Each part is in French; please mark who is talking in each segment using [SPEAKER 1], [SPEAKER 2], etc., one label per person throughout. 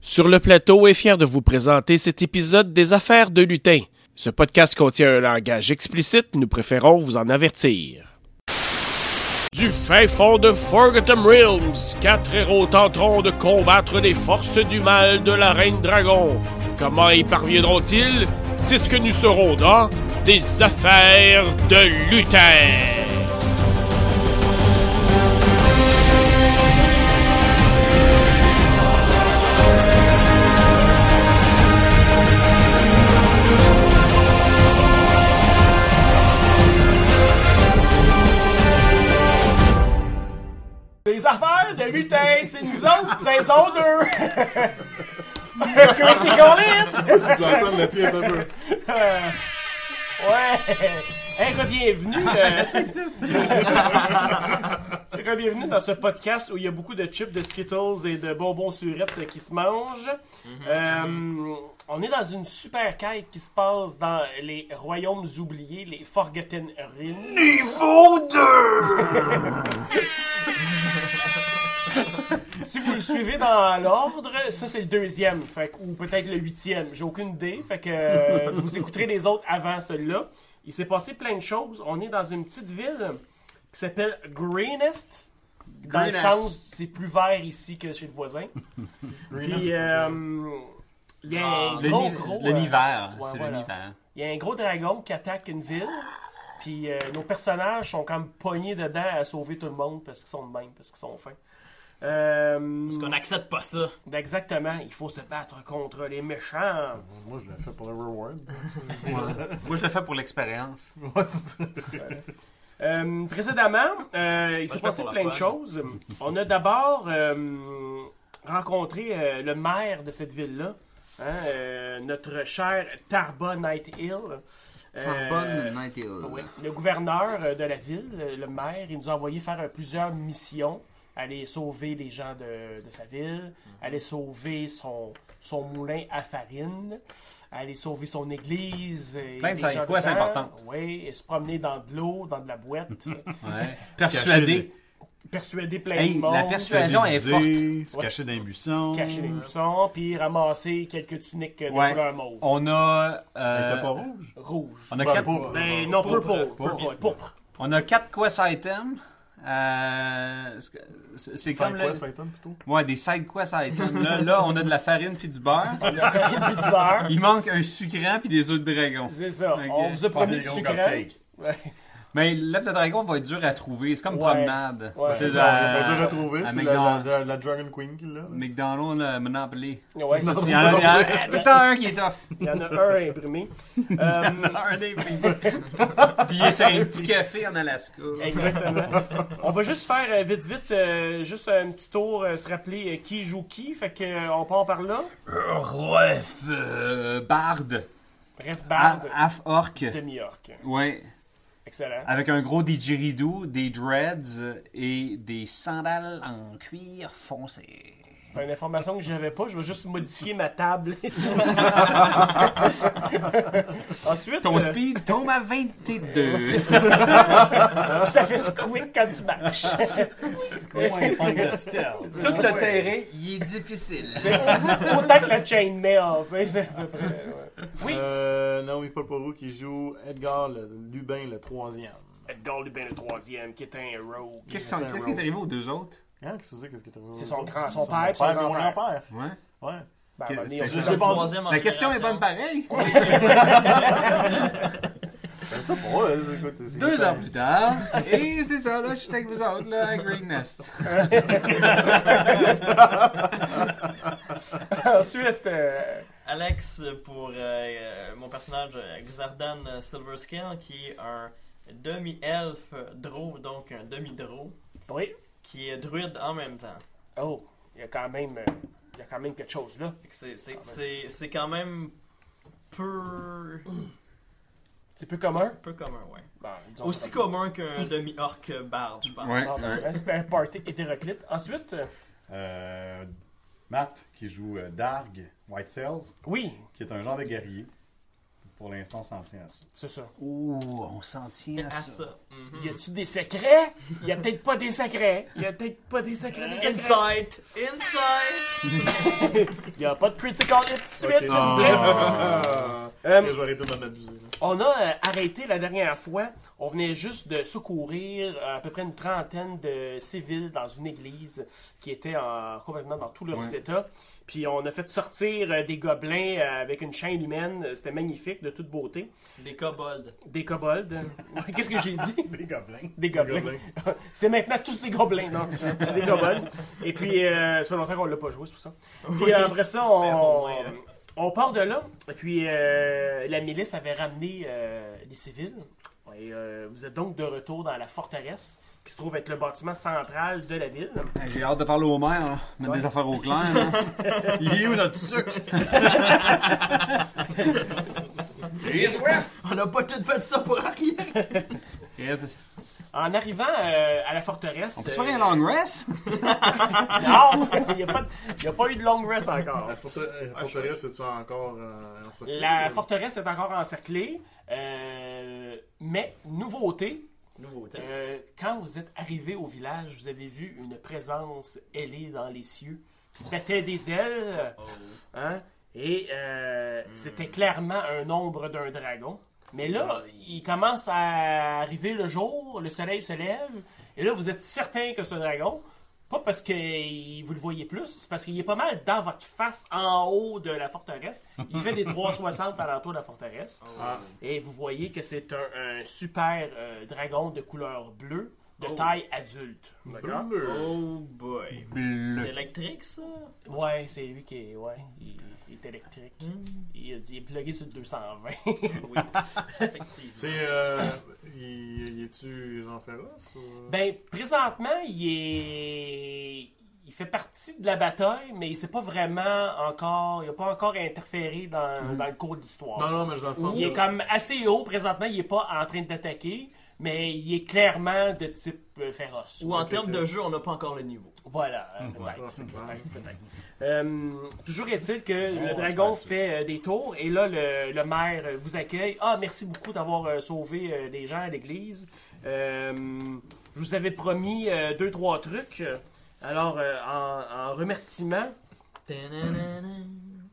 [SPEAKER 1] Sur le plateau est fier de vous présenter cet épisode des Affaires de Lutin. Ce podcast contient un langage explicite, nous préférons vous en avertir. Du fin fond de Forgotten Realms, quatre héros tenteront de combattre les forces du mal de la Reine Dragon. Comment y parviendront-ils C'est ce que nous saurons dans Des affaires de lutin. Des affaires de lutin, c'est nous autres, saison 2! Critical Hit!
[SPEAKER 2] Si tu l'entends là-dessus, attends un peu.
[SPEAKER 1] Ouais! Hey, euh, bienvenue! bienvenue dans ce podcast où il y a beaucoup de chips, de Skittles et de bonbons surettes qui se mangent. Euh, on est dans une super quête qui se passe dans les royaumes oubliés, les Forgotten Realms. si vous le suivez dans l'ordre, ça c'est le deuxième, fait, que- ou peut-être le huitième, j'ai aucune idée. Fait que euh, vous écouterez les autres avant celui-là. Il s'est passé plein de choses. On est dans une petite ville qui s'appelle Greenest. Dans
[SPEAKER 3] Greenest.
[SPEAKER 1] le sens, c'est plus vert ici que chez le voisin. Puis, euh, il y a un
[SPEAKER 3] Ah, Le
[SPEAKER 1] gros,
[SPEAKER 3] ni-
[SPEAKER 1] gros,
[SPEAKER 3] le
[SPEAKER 1] euh,
[SPEAKER 3] l'hiver,
[SPEAKER 1] ouais,
[SPEAKER 3] c'est
[SPEAKER 1] voilà.
[SPEAKER 3] l'hiver.
[SPEAKER 1] il y a un gros dragon qui attaque une ville. Puis euh, nos personnages sont comme pognés dedans à sauver tout le monde parce qu'ils sont de même, parce qu'ils sont fins. Euh,
[SPEAKER 4] Parce qu'on n'accepte pas ça.
[SPEAKER 1] Ben, Exactement, il faut se battre contre les méchants.
[SPEAKER 2] Moi, je l'ai fait pour le reward.
[SPEAKER 3] Moi, je le fais pour l'expérience.
[SPEAKER 2] Ouais, c'est ça.
[SPEAKER 1] Euh, précédemment, euh, il s'est
[SPEAKER 4] je
[SPEAKER 1] passé
[SPEAKER 4] fais pour
[SPEAKER 1] plein
[SPEAKER 4] la
[SPEAKER 1] de
[SPEAKER 4] fun.
[SPEAKER 1] choses. On a d'abord euh, rencontré euh, le maire de cette ville-là, hein, euh, notre cher Tarba Night Hill. Euh,
[SPEAKER 3] Night Hill.
[SPEAKER 1] Oui. Le gouverneur euh, de la ville, euh, le maire, il nous a envoyé faire euh, plusieurs missions. Aller sauver les gens de, de sa ville,
[SPEAKER 3] Mhm.
[SPEAKER 1] aller sauver son, son moulin à farine, aller sauver son église. et
[SPEAKER 3] Plein de
[SPEAKER 1] les
[SPEAKER 3] cinq
[SPEAKER 1] gens
[SPEAKER 3] fois, c'est
[SPEAKER 1] dedans.
[SPEAKER 3] important.
[SPEAKER 1] Oui, et se promener dans de l'eau, dans de la boîte,
[SPEAKER 3] Ouais. Persuadé.
[SPEAKER 1] persuader plein
[SPEAKER 3] Hey,
[SPEAKER 1] de monde.
[SPEAKER 3] la persuasion est forte.
[SPEAKER 2] Déguisé, Se
[SPEAKER 1] Ouais.
[SPEAKER 2] cacher dans les buissons.
[SPEAKER 1] se Cacher les boussons, puis ramasser quelques tuniques euh, de
[SPEAKER 3] Mmh. Ouais. Oh.
[SPEAKER 1] couleur mauve.
[SPEAKER 3] On a,
[SPEAKER 2] Elle était pas
[SPEAKER 3] euh,
[SPEAKER 2] rouge?
[SPEAKER 1] Rouge.
[SPEAKER 3] on, a
[SPEAKER 2] Ben,
[SPEAKER 3] quatre,
[SPEAKER 2] pauvre.
[SPEAKER 1] Ben, non,
[SPEAKER 2] Pourpre.
[SPEAKER 1] purple.
[SPEAKER 2] Pourpre.
[SPEAKER 1] Purple. Pourpre.
[SPEAKER 3] on a quatre quest items. Euh, c'est c'est
[SPEAKER 2] Cinq
[SPEAKER 3] comme le,
[SPEAKER 2] quoi, cinq tonnes, plutôt?
[SPEAKER 3] ouais, des side quest items. là, là, on a de la farine puis du beurre.
[SPEAKER 1] On a fait du beurre.
[SPEAKER 3] Il manque un sucrant puis des œufs de dragon.
[SPEAKER 1] C'est ça.
[SPEAKER 3] Ok.
[SPEAKER 1] On vous a
[SPEAKER 2] Faire
[SPEAKER 1] promis
[SPEAKER 2] des
[SPEAKER 1] du
[SPEAKER 2] gros
[SPEAKER 1] sucré.
[SPEAKER 2] cupcakes.
[SPEAKER 3] Mais l'œuf de dragon va être dur à trouver. C'est comme
[SPEAKER 1] Ouais.
[SPEAKER 3] promenade.
[SPEAKER 1] Ouais, c'est
[SPEAKER 2] C'est ça,
[SPEAKER 1] à-
[SPEAKER 2] c'est pas dur à trouver,
[SPEAKER 3] à
[SPEAKER 2] c'est la- la,
[SPEAKER 3] McDonald's.
[SPEAKER 2] la, la Dragon Queen qui l'a. là.
[SPEAKER 3] McDonald's euh, Monopoly.
[SPEAKER 1] Ouais, c'est
[SPEAKER 3] Il y
[SPEAKER 1] ça.
[SPEAKER 3] en a, il y en a- tout le temps un qui est tough.
[SPEAKER 1] Il y en a un imprimé. Euh,
[SPEAKER 3] un des privés. Puis il c'est un petit café en Alaska.
[SPEAKER 1] exactement. On va juste faire euh, vite, vite, euh, juste un petit tour, euh, se rappeler euh, qui joue qui. Fait que euh, on part par là.
[SPEAKER 3] Bref, euh, barde.
[SPEAKER 1] Bref,
[SPEAKER 3] Ha-
[SPEAKER 1] Bard
[SPEAKER 3] Half orc.
[SPEAKER 1] de New York.
[SPEAKER 3] Ouais.
[SPEAKER 1] Excellent.
[SPEAKER 3] Avec un gros didgeridoo, des dreads et des sandales en cuir foncé.
[SPEAKER 1] C'est une information que j'avais pas. Je vais juste modifier ma table. Ensuite,
[SPEAKER 3] Ton
[SPEAKER 1] euh,
[SPEAKER 3] speed tombe à 22.
[SPEAKER 1] c'est ça. ça fait squeak quand tu marches.
[SPEAKER 2] Moins cinq de stealth.
[SPEAKER 3] Tout le terrain, il est difficile.
[SPEAKER 1] Autant que la chainmail, tu sais, c'est à peu près. ouais. Oui.
[SPEAKER 2] Euh, Naomi Polporou qui joue Edgar le- Lubin, le troisième.
[SPEAKER 1] Edgar Lubin le troisième, qui est un rogue.
[SPEAKER 3] Qu'est-ce qui sont- qu'est-ce qui est arrivé aux deux autres?
[SPEAKER 2] Hein, qu'est-ce que c'est? Qu'est-ce que t'as vu?
[SPEAKER 1] C'est son
[SPEAKER 2] Ça?
[SPEAKER 1] grand- son père, son
[SPEAKER 2] et mon
[SPEAKER 1] grand-père.
[SPEAKER 2] grand-père.
[SPEAKER 3] Ouais.
[SPEAKER 2] Ouais.
[SPEAKER 1] Ben,
[SPEAKER 3] Quel-
[SPEAKER 1] ben,
[SPEAKER 3] c'est
[SPEAKER 1] on-
[SPEAKER 2] juste-
[SPEAKER 1] je
[SPEAKER 2] pense-
[SPEAKER 4] troisième en
[SPEAKER 3] La question est bonne
[SPEAKER 4] génération.
[SPEAKER 3] pareil.
[SPEAKER 2] C'est ça pour eux, hein, c'est quoi? t'es- c'est-
[SPEAKER 3] Deux ans plus tard. Et c'est ça, là, je suis avec vous autres, là, à Green Nest.
[SPEAKER 1] Ensuite, euh,
[SPEAKER 4] Alex, euh, pour euh, euh, mon personnage, euh, Xardan euh, Silverskin, qui est un demi-elfe dro, donc un demi-dro,
[SPEAKER 1] oui.
[SPEAKER 4] qui est druide en même temps.
[SPEAKER 1] Oh, il y a quand même, euh, il y a quand même quelque chose là.
[SPEAKER 4] Fait que c'est- c'est- C'est c'est quand même peu,
[SPEAKER 1] C'est peu commun.
[SPEAKER 4] peu commun, ouais.
[SPEAKER 1] Ben, disons-
[SPEAKER 4] Aussi commun qu'un demi-orc barde, je pense.
[SPEAKER 3] Ouais.
[SPEAKER 1] Ah, ben, C'était un party hétéroclite. Ensuite, euh,
[SPEAKER 5] Euh, Matt, qui joue euh, Darg White Sails,
[SPEAKER 1] oui,
[SPEAKER 5] qui est un genre de guerrier.
[SPEAKER 3] Pour l'instant, on s'en tient à ça.
[SPEAKER 1] C'est ça.
[SPEAKER 3] Ouh, on s'en tient
[SPEAKER 4] À ça. Mhm.
[SPEAKER 1] Y a-tu des secrets? Y a peut-être pas des secrets. Y a peut-être pas des secrets, des secrets.
[SPEAKER 4] Insight! Insight!
[SPEAKER 1] Y a pas de critical hit tout de suite, s'il vous plaît.
[SPEAKER 2] Ah.
[SPEAKER 1] Euh,
[SPEAKER 2] Ok, je vais arrêter d'en abuser. là.
[SPEAKER 1] On a euh, arrêté la dernière fois. On venait juste de secourir euh, à peu près une trentaine de civils dans une église qui étaient en- complètement dans tout leur
[SPEAKER 3] Ouais.
[SPEAKER 1] état. Puis on a fait sortir euh, des gobelins euh, avec une chaîne humaine. C'était magnifique, de toute beauté.
[SPEAKER 4] Des kobolds.
[SPEAKER 1] Des kobolds. Qu'est-ce que j'ai dit?
[SPEAKER 3] Des gobelins.
[SPEAKER 1] Des gobelins.
[SPEAKER 2] Gobelin.
[SPEAKER 1] C'est maintenant tous des gobelins, non? C'est des gobelins. Et puis, euh, ça fait longtemps qu'on l'a pas joué, c'est pour ça. Puis après ça,
[SPEAKER 4] au
[SPEAKER 1] on,
[SPEAKER 4] moins, hein.
[SPEAKER 1] on part de là. Et puis, euh, la milice avait ramené euh, les civils. Et, euh, vous êtes donc de retour dans la forteresse, qui se trouve être le bâtiment central de la ville.
[SPEAKER 3] J'ai hâte de parler au maire, là. mettre
[SPEAKER 1] Ouais.
[SPEAKER 3] des affaires au clair. là.
[SPEAKER 2] Il est où notre sucre?
[SPEAKER 3] J'ai soif!
[SPEAKER 4] On n'a pas tout fait ça pour rien!
[SPEAKER 3] Yes.
[SPEAKER 1] En arrivant euh, à la forteresse...
[SPEAKER 3] On peut se
[SPEAKER 1] euh, Ah,
[SPEAKER 3] faire un long rest?
[SPEAKER 1] Non! Il n'y a, pas de- il y a pas eu de long rest encore.
[SPEAKER 2] La forte- la forteresse, c'est-tu encore euh, en secret?
[SPEAKER 1] La forteresse est encore encerclée. euh, mais, nouveauté,
[SPEAKER 4] Nouveauté.
[SPEAKER 1] Euh, quand vous êtes arrivé au village, vous avez vu une présence ailée dans les cieux qui battait des ailes. hein, et euh, c'était clairement un ombre d'un dragon. Mais là, il commence à arriver le jour, le soleil se lève, et là, vous êtes certain que c'est un dragon. Pas parce que il- vous le voyez plus, c'est parce qu'il est pas mal dans votre face, en haut de la forteresse. Il fait des 360 alentour de la forteresse.
[SPEAKER 2] Ah,
[SPEAKER 1] Et vous voyez que c'est un, un super euh, dragon de couleur bleue, de
[SPEAKER 4] Oh.
[SPEAKER 1] taille adulte. D'accord?
[SPEAKER 2] bleu.
[SPEAKER 4] Oh boy. C'est
[SPEAKER 3] Bleu.
[SPEAKER 4] électrique ça?
[SPEAKER 1] Ouais, c'est lui qui est, ouais, il, il est électrique. Il, a dit, il est plugué sur le 220.
[SPEAKER 4] Mm. Oui, effectivement.
[SPEAKER 2] C'est. Euh, il, il est-tu Jean Ferros? Ou... euh?
[SPEAKER 1] ben, présentement, il est... Il fait partie de la bataille, mais il s'est pas vraiment encore... Il n'a pas encore interféré dans, dans le cours de l'histoire.
[SPEAKER 2] Non, non, mais je dans le sens.
[SPEAKER 1] Il est comme assez haut présentement, il est pas en train d'attaquer, mais il est clairement de type euh, féroce.
[SPEAKER 4] Ou en
[SPEAKER 2] Ok,
[SPEAKER 4] termes
[SPEAKER 2] ok.
[SPEAKER 4] de jeu, on n'a pas encore le niveau.
[SPEAKER 1] Voilà, euh,
[SPEAKER 2] Ouais,
[SPEAKER 1] peut-être.
[SPEAKER 2] c'est clair.
[SPEAKER 1] peut-être, peut-être. Euh, toujours est-il que le
[SPEAKER 3] se
[SPEAKER 1] dragon
[SPEAKER 3] fait ça.
[SPEAKER 1] fait euh, des tours et là, le, le maire euh, vous accueille. Ah, merci beaucoup d'avoir euh, sauvé euh, des gens à l'église. Euh, je vous avais promis euh, deux, trois trucs. Euh, Alors, euh, en, en remerciement,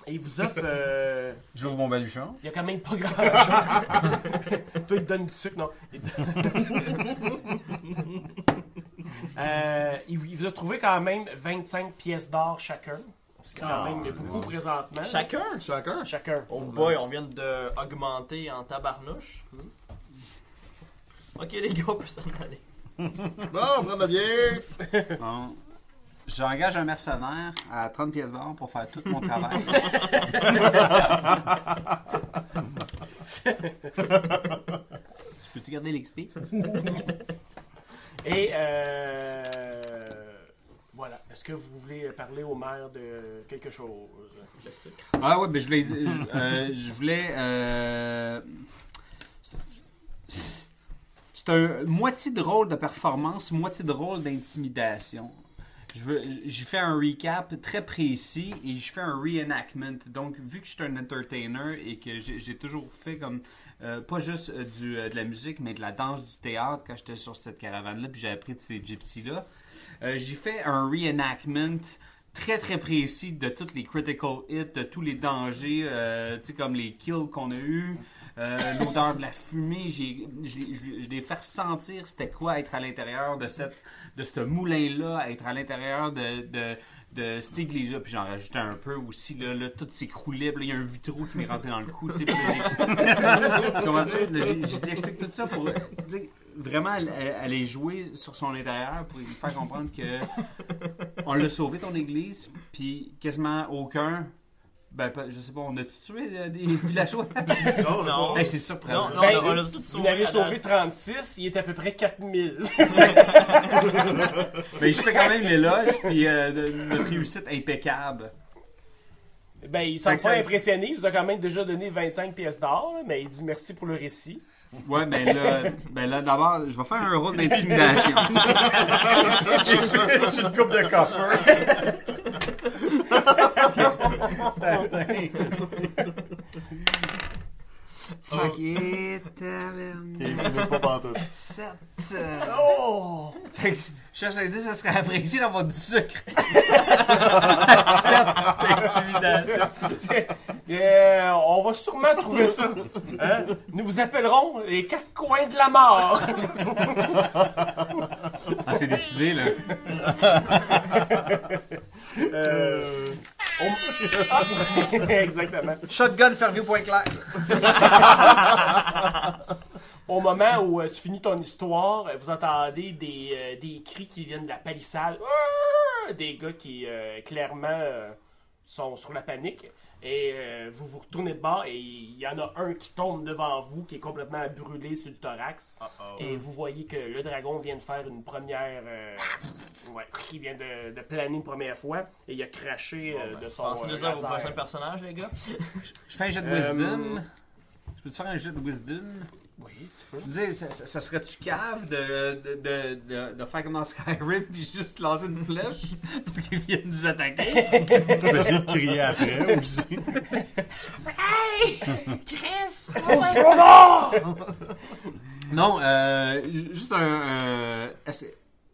[SPEAKER 1] il vous offre. euh,
[SPEAKER 3] J'ouvre mon baluchon.
[SPEAKER 1] il y a quand même pas grand-chose. Toi, il te donne du sucre, non. Il, te- Euh, il- il vous a trouvé quand même 25 pièces d'or chacun. C'est quand
[SPEAKER 4] Ah,
[SPEAKER 1] même beaucoup présentement.
[SPEAKER 4] Chacun?
[SPEAKER 2] Chacun?
[SPEAKER 1] Chacun.
[SPEAKER 4] Oh boy, on vient d'augmenter en tabarnouche. Ok les gars, on peut s'en aller.
[SPEAKER 2] Bon, on prend de la bière!
[SPEAKER 3] Bon. J'engage un mercenaire à 30 pièces d'or pour faire tout mon travail. Je peux-tu garder l'XP?
[SPEAKER 1] Et euh, voilà. Est-ce que vous voulez parler au maire de quelque chose?
[SPEAKER 4] Le sucre.
[SPEAKER 3] Ah ouais, mais je voulais. Je, euh, je voulais. euh, C'est un moitié de rôle de performance, moitié de rôle d'intimidation. Je veux- J'ai fait un recap très précis et je fais un reenactment. Donc, vu que je suis un entertainer et que j'ai j'ai toujours fait comme. euh, pas juste euh, du, euh, de la musique, mais de la danse, du théâtre quand j'étais sur cette caravane-là, puis j'ai appris de ces gypsies-là. Euh, j'ai fait un reenactment très très précis de tous les critical hits, de tous les dangers, euh, tu sais, comme les kills qu'on a eus, euh, l'odeur de la fumée. j'ai- Je l'ai- je l'ai- je l'ai fait ressentir c'était quoi être à l'intérieur de, cette, de ce moulin-là, être à l'intérieur de. de de cette église-là, puis j'en rajoutais un peu aussi, là, là tout s'écroulait, puis là, il y a un vitreau qui m'est rentré dans le cou, tu sais, puis là, j'ai- tu comprends ça? Là, j'ai- j'ai- j'explique tout ça pour tu sais, vraiment aller- aller jouer sur son intérieur pour lui faire comprendre que on l'a sauvé ton église, puis quasiment aucun. Ben, pas- je sais pas, on a-tu tué euh, des villageois?
[SPEAKER 2] Non,
[SPEAKER 4] Non.
[SPEAKER 3] Hey, c'est
[SPEAKER 4] Non,
[SPEAKER 3] surprenant.
[SPEAKER 4] non,
[SPEAKER 1] Ben,
[SPEAKER 4] on a- on a tout
[SPEAKER 1] Vous
[SPEAKER 4] sauvé.
[SPEAKER 1] l'avez
[SPEAKER 4] à date.
[SPEAKER 1] sauvé 36, il est à peu près 4000.
[SPEAKER 3] Mais je fais quand même l'éloge, puis euh, de- notre réussite impeccable.
[SPEAKER 1] Ben, il
[SPEAKER 3] Fait
[SPEAKER 1] semble
[SPEAKER 3] que
[SPEAKER 1] pas
[SPEAKER 3] ça-
[SPEAKER 1] impressionné, il vous a quand même déjà donné 25 pièces d'or, là, mais il dit merci pour le récit.
[SPEAKER 3] Ouais, ben là, ben là d'abord, je vais faire un rôle d'intimidation.
[SPEAKER 2] C'est une coupe de coffre!
[SPEAKER 3] Fuck it, taverne.
[SPEAKER 2] Et il n'est pas pantoute.
[SPEAKER 3] 7. Oh! Fait que je cherche à dire, ça serait apprécié d'avoir du sucre.
[SPEAKER 1] Intimidation. Euh, on va sûrement trouver ça. Hein? Nous vous appellerons les quatre coins de la mort.
[SPEAKER 3] Ah, c'est décidé, là.
[SPEAKER 1] Euh, on- Ah, Exactement.
[SPEAKER 3] Shotgun, Fairview, point clair.
[SPEAKER 1] Au moment où euh, tu finis ton histoire, euh, vous entendez des, euh, des cris qui viennent de la palissade. Ah! Des gars qui, euh, clairement, euh, sont sur la panique. Et euh, vous vous retournez de bord et il y en a un qui tombe devant vous, qui est complètement brûlé sur le thorax. Et vous voyez que le dragon vient de faire une première... euh, ouais, il vient de, de planer une première fois. Et il a craché euh, de son
[SPEAKER 4] Pensez
[SPEAKER 1] euh,
[SPEAKER 4] deux heures ben. au
[SPEAKER 1] laser.
[SPEAKER 4] prochain personnage, les gars.
[SPEAKER 3] Je fais un jet de
[SPEAKER 1] Euh,
[SPEAKER 3] wisdom. Je peux te faire un jet de wisdom?
[SPEAKER 1] Oui, tu
[SPEAKER 3] Je veux dire, ça, ça- ça serait-tu cave de, de, de, de, de faire comme dans Skyrim puis juste lancer une flèche pour qu'ils viennent nous attaquer?
[SPEAKER 2] Tu peux essayer de crier après aussi.
[SPEAKER 3] Non, euh, juste un. euh, est-ce,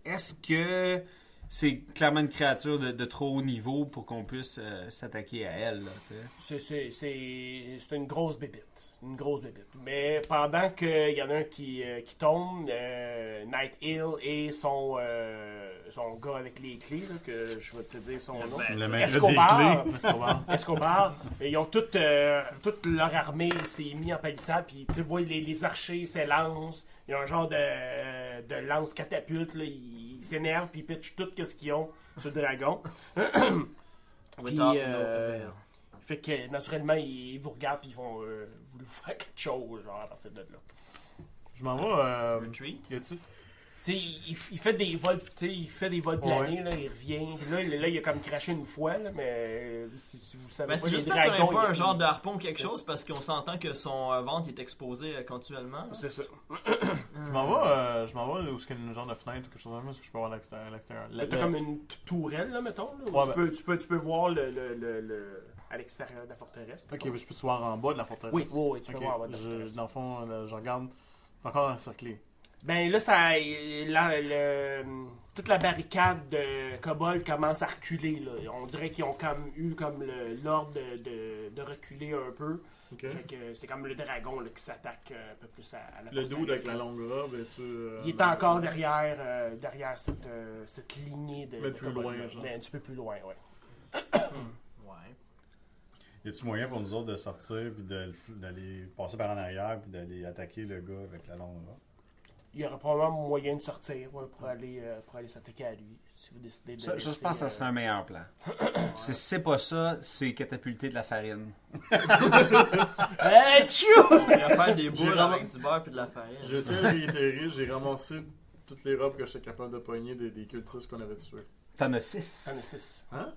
[SPEAKER 3] est-ce que c'est clairement une créature de, de trop haut niveau pour qu'on puisse euh, s'attaquer à elle? Là, tu
[SPEAKER 1] C'est-
[SPEAKER 3] sais?
[SPEAKER 1] C'est c'est- c'est une grosse bébite. Une grosse bébite. Mais pendant qu'il y en a un qui, euh, qui tombe, euh, Night Hill et son, euh, son gars avec les clés, là, que je vais te dire son nom.
[SPEAKER 2] Le maître Ben, des
[SPEAKER 1] Escobar,
[SPEAKER 2] clés.
[SPEAKER 1] Escobar, et ils ont toute, euh, toute leur armée s'est mis en palissade, puis tu vois les, les archers s'élancent, ils ont un genre de, de lance catapulte, là, ils ils s'énervent, puis ils pitchent tout ce qu'ils ont sur le dragon. Puis, euh, fait que naturellement, ils vous regardent puis ils vont euh, vous faire quelque chose, genre à partir de là.
[SPEAKER 2] Je m'en vais. Euh,
[SPEAKER 4] Retreat.
[SPEAKER 2] y a-tu-
[SPEAKER 1] Tu sais, il, il fait des vols, tu sais, il fait des vols planés, là, il revient. Là, il- là, il a comme craché une fois, là, mais euh, si, si vous savez
[SPEAKER 4] Ben, c'est
[SPEAKER 1] les
[SPEAKER 4] juste qu'on n'a
[SPEAKER 1] dragons,
[SPEAKER 4] pas un
[SPEAKER 1] ils-
[SPEAKER 4] genre de harpon ou quelque chose parce qu'on s'entend que son euh, ventre est exposé euh, continuellement.
[SPEAKER 1] C'est ça.
[SPEAKER 2] Je m'en vais. euh, je m'en vais où est-ce qu'il y a une genre de fenêtre ou quelque chose comme ça. Est-ce que je peux voir l'extérieur- l'extérieur? Le-
[SPEAKER 1] T'as
[SPEAKER 2] le-
[SPEAKER 1] comme une t- tourelle, là, mettons, là, où
[SPEAKER 2] Ouais,
[SPEAKER 1] tu,
[SPEAKER 2] ben-
[SPEAKER 1] peux, tu, peux, tu peux voir le, le, le, le- à l'extérieur de la forteresse.
[SPEAKER 2] Ok, mais je peux te voir en bas de la forteresse.
[SPEAKER 1] Oui, oui, oui, tu peux
[SPEAKER 2] Ok,
[SPEAKER 1] voir en bas de la
[SPEAKER 2] je-
[SPEAKER 1] forteresse.
[SPEAKER 2] Dans le fond, là, je regarde. C'est encore encerclé.
[SPEAKER 1] Ben là, ça, là, le- toute la barricade de Cobol commence à reculer. Là. On dirait qu'ils ont comme eu comme le- l'ordre de, de- de reculer un peu.
[SPEAKER 2] Ok.
[SPEAKER 1] Fait que c'est comme le dragon là, qui s'attaque euh, un peu plus à, à la
[SPEAKER 2] Le
[SPEAKER 1] forteresse,
[SPEAKER 2] dude avec la
[SPEAKER 1] là.
[SPEAKER 2] longue robe, es-tu. euh,
[SPEAKER 1] Il est
[SPEAKER 2] dans-
[SPEAKER 1] encore derrière, euh, derrière cette, euh, cette lignée de.
[SPEAKER 2] Mais
[SPEAKER 1] de
[SPEAKER 2] plus
[SPEAKER 1] kobolds,
[SPEAKER 2] loin,
[SPEAKER 1] là.
[SPEAKER 2] genre.
[SPEAKER 1] Mais un petit peu plus loin, ouais.
[SPEAKER 4] Ouais.
[SPEAKER 5] Y a-tu moyen pour nous autres de sortir puis de- d'aller passer par en arrière puis d'aller attaquer le gars avec la longue robe?
[SPEAKER 1] Il y aura probablement moyen de sortir ouais, pour aller, euh, pour aller s'attaquer à lui, si vous décidez de.
[SPEAKER 3] Ça, ça, je
[SPEAKER 1] laisser,
[SPEAKER 3] pense que
[SPEAKER 1] euh,
[SPEAKER 3] ça serait un meilleur plan. Parce que si c'est pas ça, c'est catapulter de la farine.
[SPEAKER 1] Hey, tchou!
[SPEAKER 4] On va faire des
[SPEAKER 2] J'ai
[SPEAKER 4] boules
[SPEAKER 2] vraiment-
[SPEAKER 4] avec du beurre puis de la farine.
[SPEAKER 2] Je tiens à réitérer, j'ai ramassé toutes les robes que j'étais capable de pogner des, des cultistes qu'on avait tués.
[SPEAKER 3] T'en as
[SPEAKER 1] T'en as
[SPEAKER 3] 6.
[SPEAKER 1] six.
[SPEAKER 2] Hein?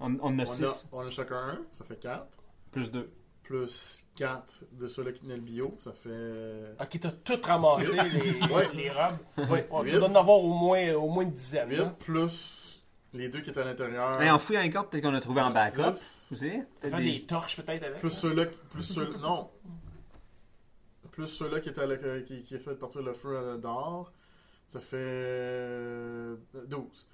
[SPEAKER 3] On, on en
[SPEAKER 2] On
[SPEAKER 3] a
[SPEAKER 2] a,
[SPEAKER 3] 6
[SPEAKER 2] on a chacun un, ça fait 4.
[SPEAKER 3] plus 2.
[SPEAKER 2] Plus 4 de ceux-là qui tenaient le bio, ça fait.
[SPEAKER 1] Ok, t'as tout ramassé, les,
[SPEAKER 2] Ouais.
[SPEAKER 1] les robes.
[SPEAKER 2] Ouais,
[SPEAKER 1] Ouais, tu
[SPEAKER 2] 8.
[SPEAKER 1] dois en avoir au moins, au moins une dizaine. hein.
[SPEAKER 2] plus les deux qui étaient à l'intérieur.
[SPEAKER 3] en fouillant les cordes, peut-être qu'on a trouvé en backup. Vous
[SPEAKER 2] 10,
[SPEAKER 3] savez?
[SPEAKER 1] T'as
[SPEAKER 3] Peut-être
[SPEAKER 1] fait des
[SPEAKER 3] des...
[SPEAKER 1] torches peut-être avec.
[SPEAKER 2] Plus
[SPEAKER 1] hein?
[SPEAKER 2] ceux-là. qui- Plus ceux Non. Plus ceux-là qui, étaient à la- qui, qui essaient de partir le feu euh, dehors. Ça fait. euh, 12.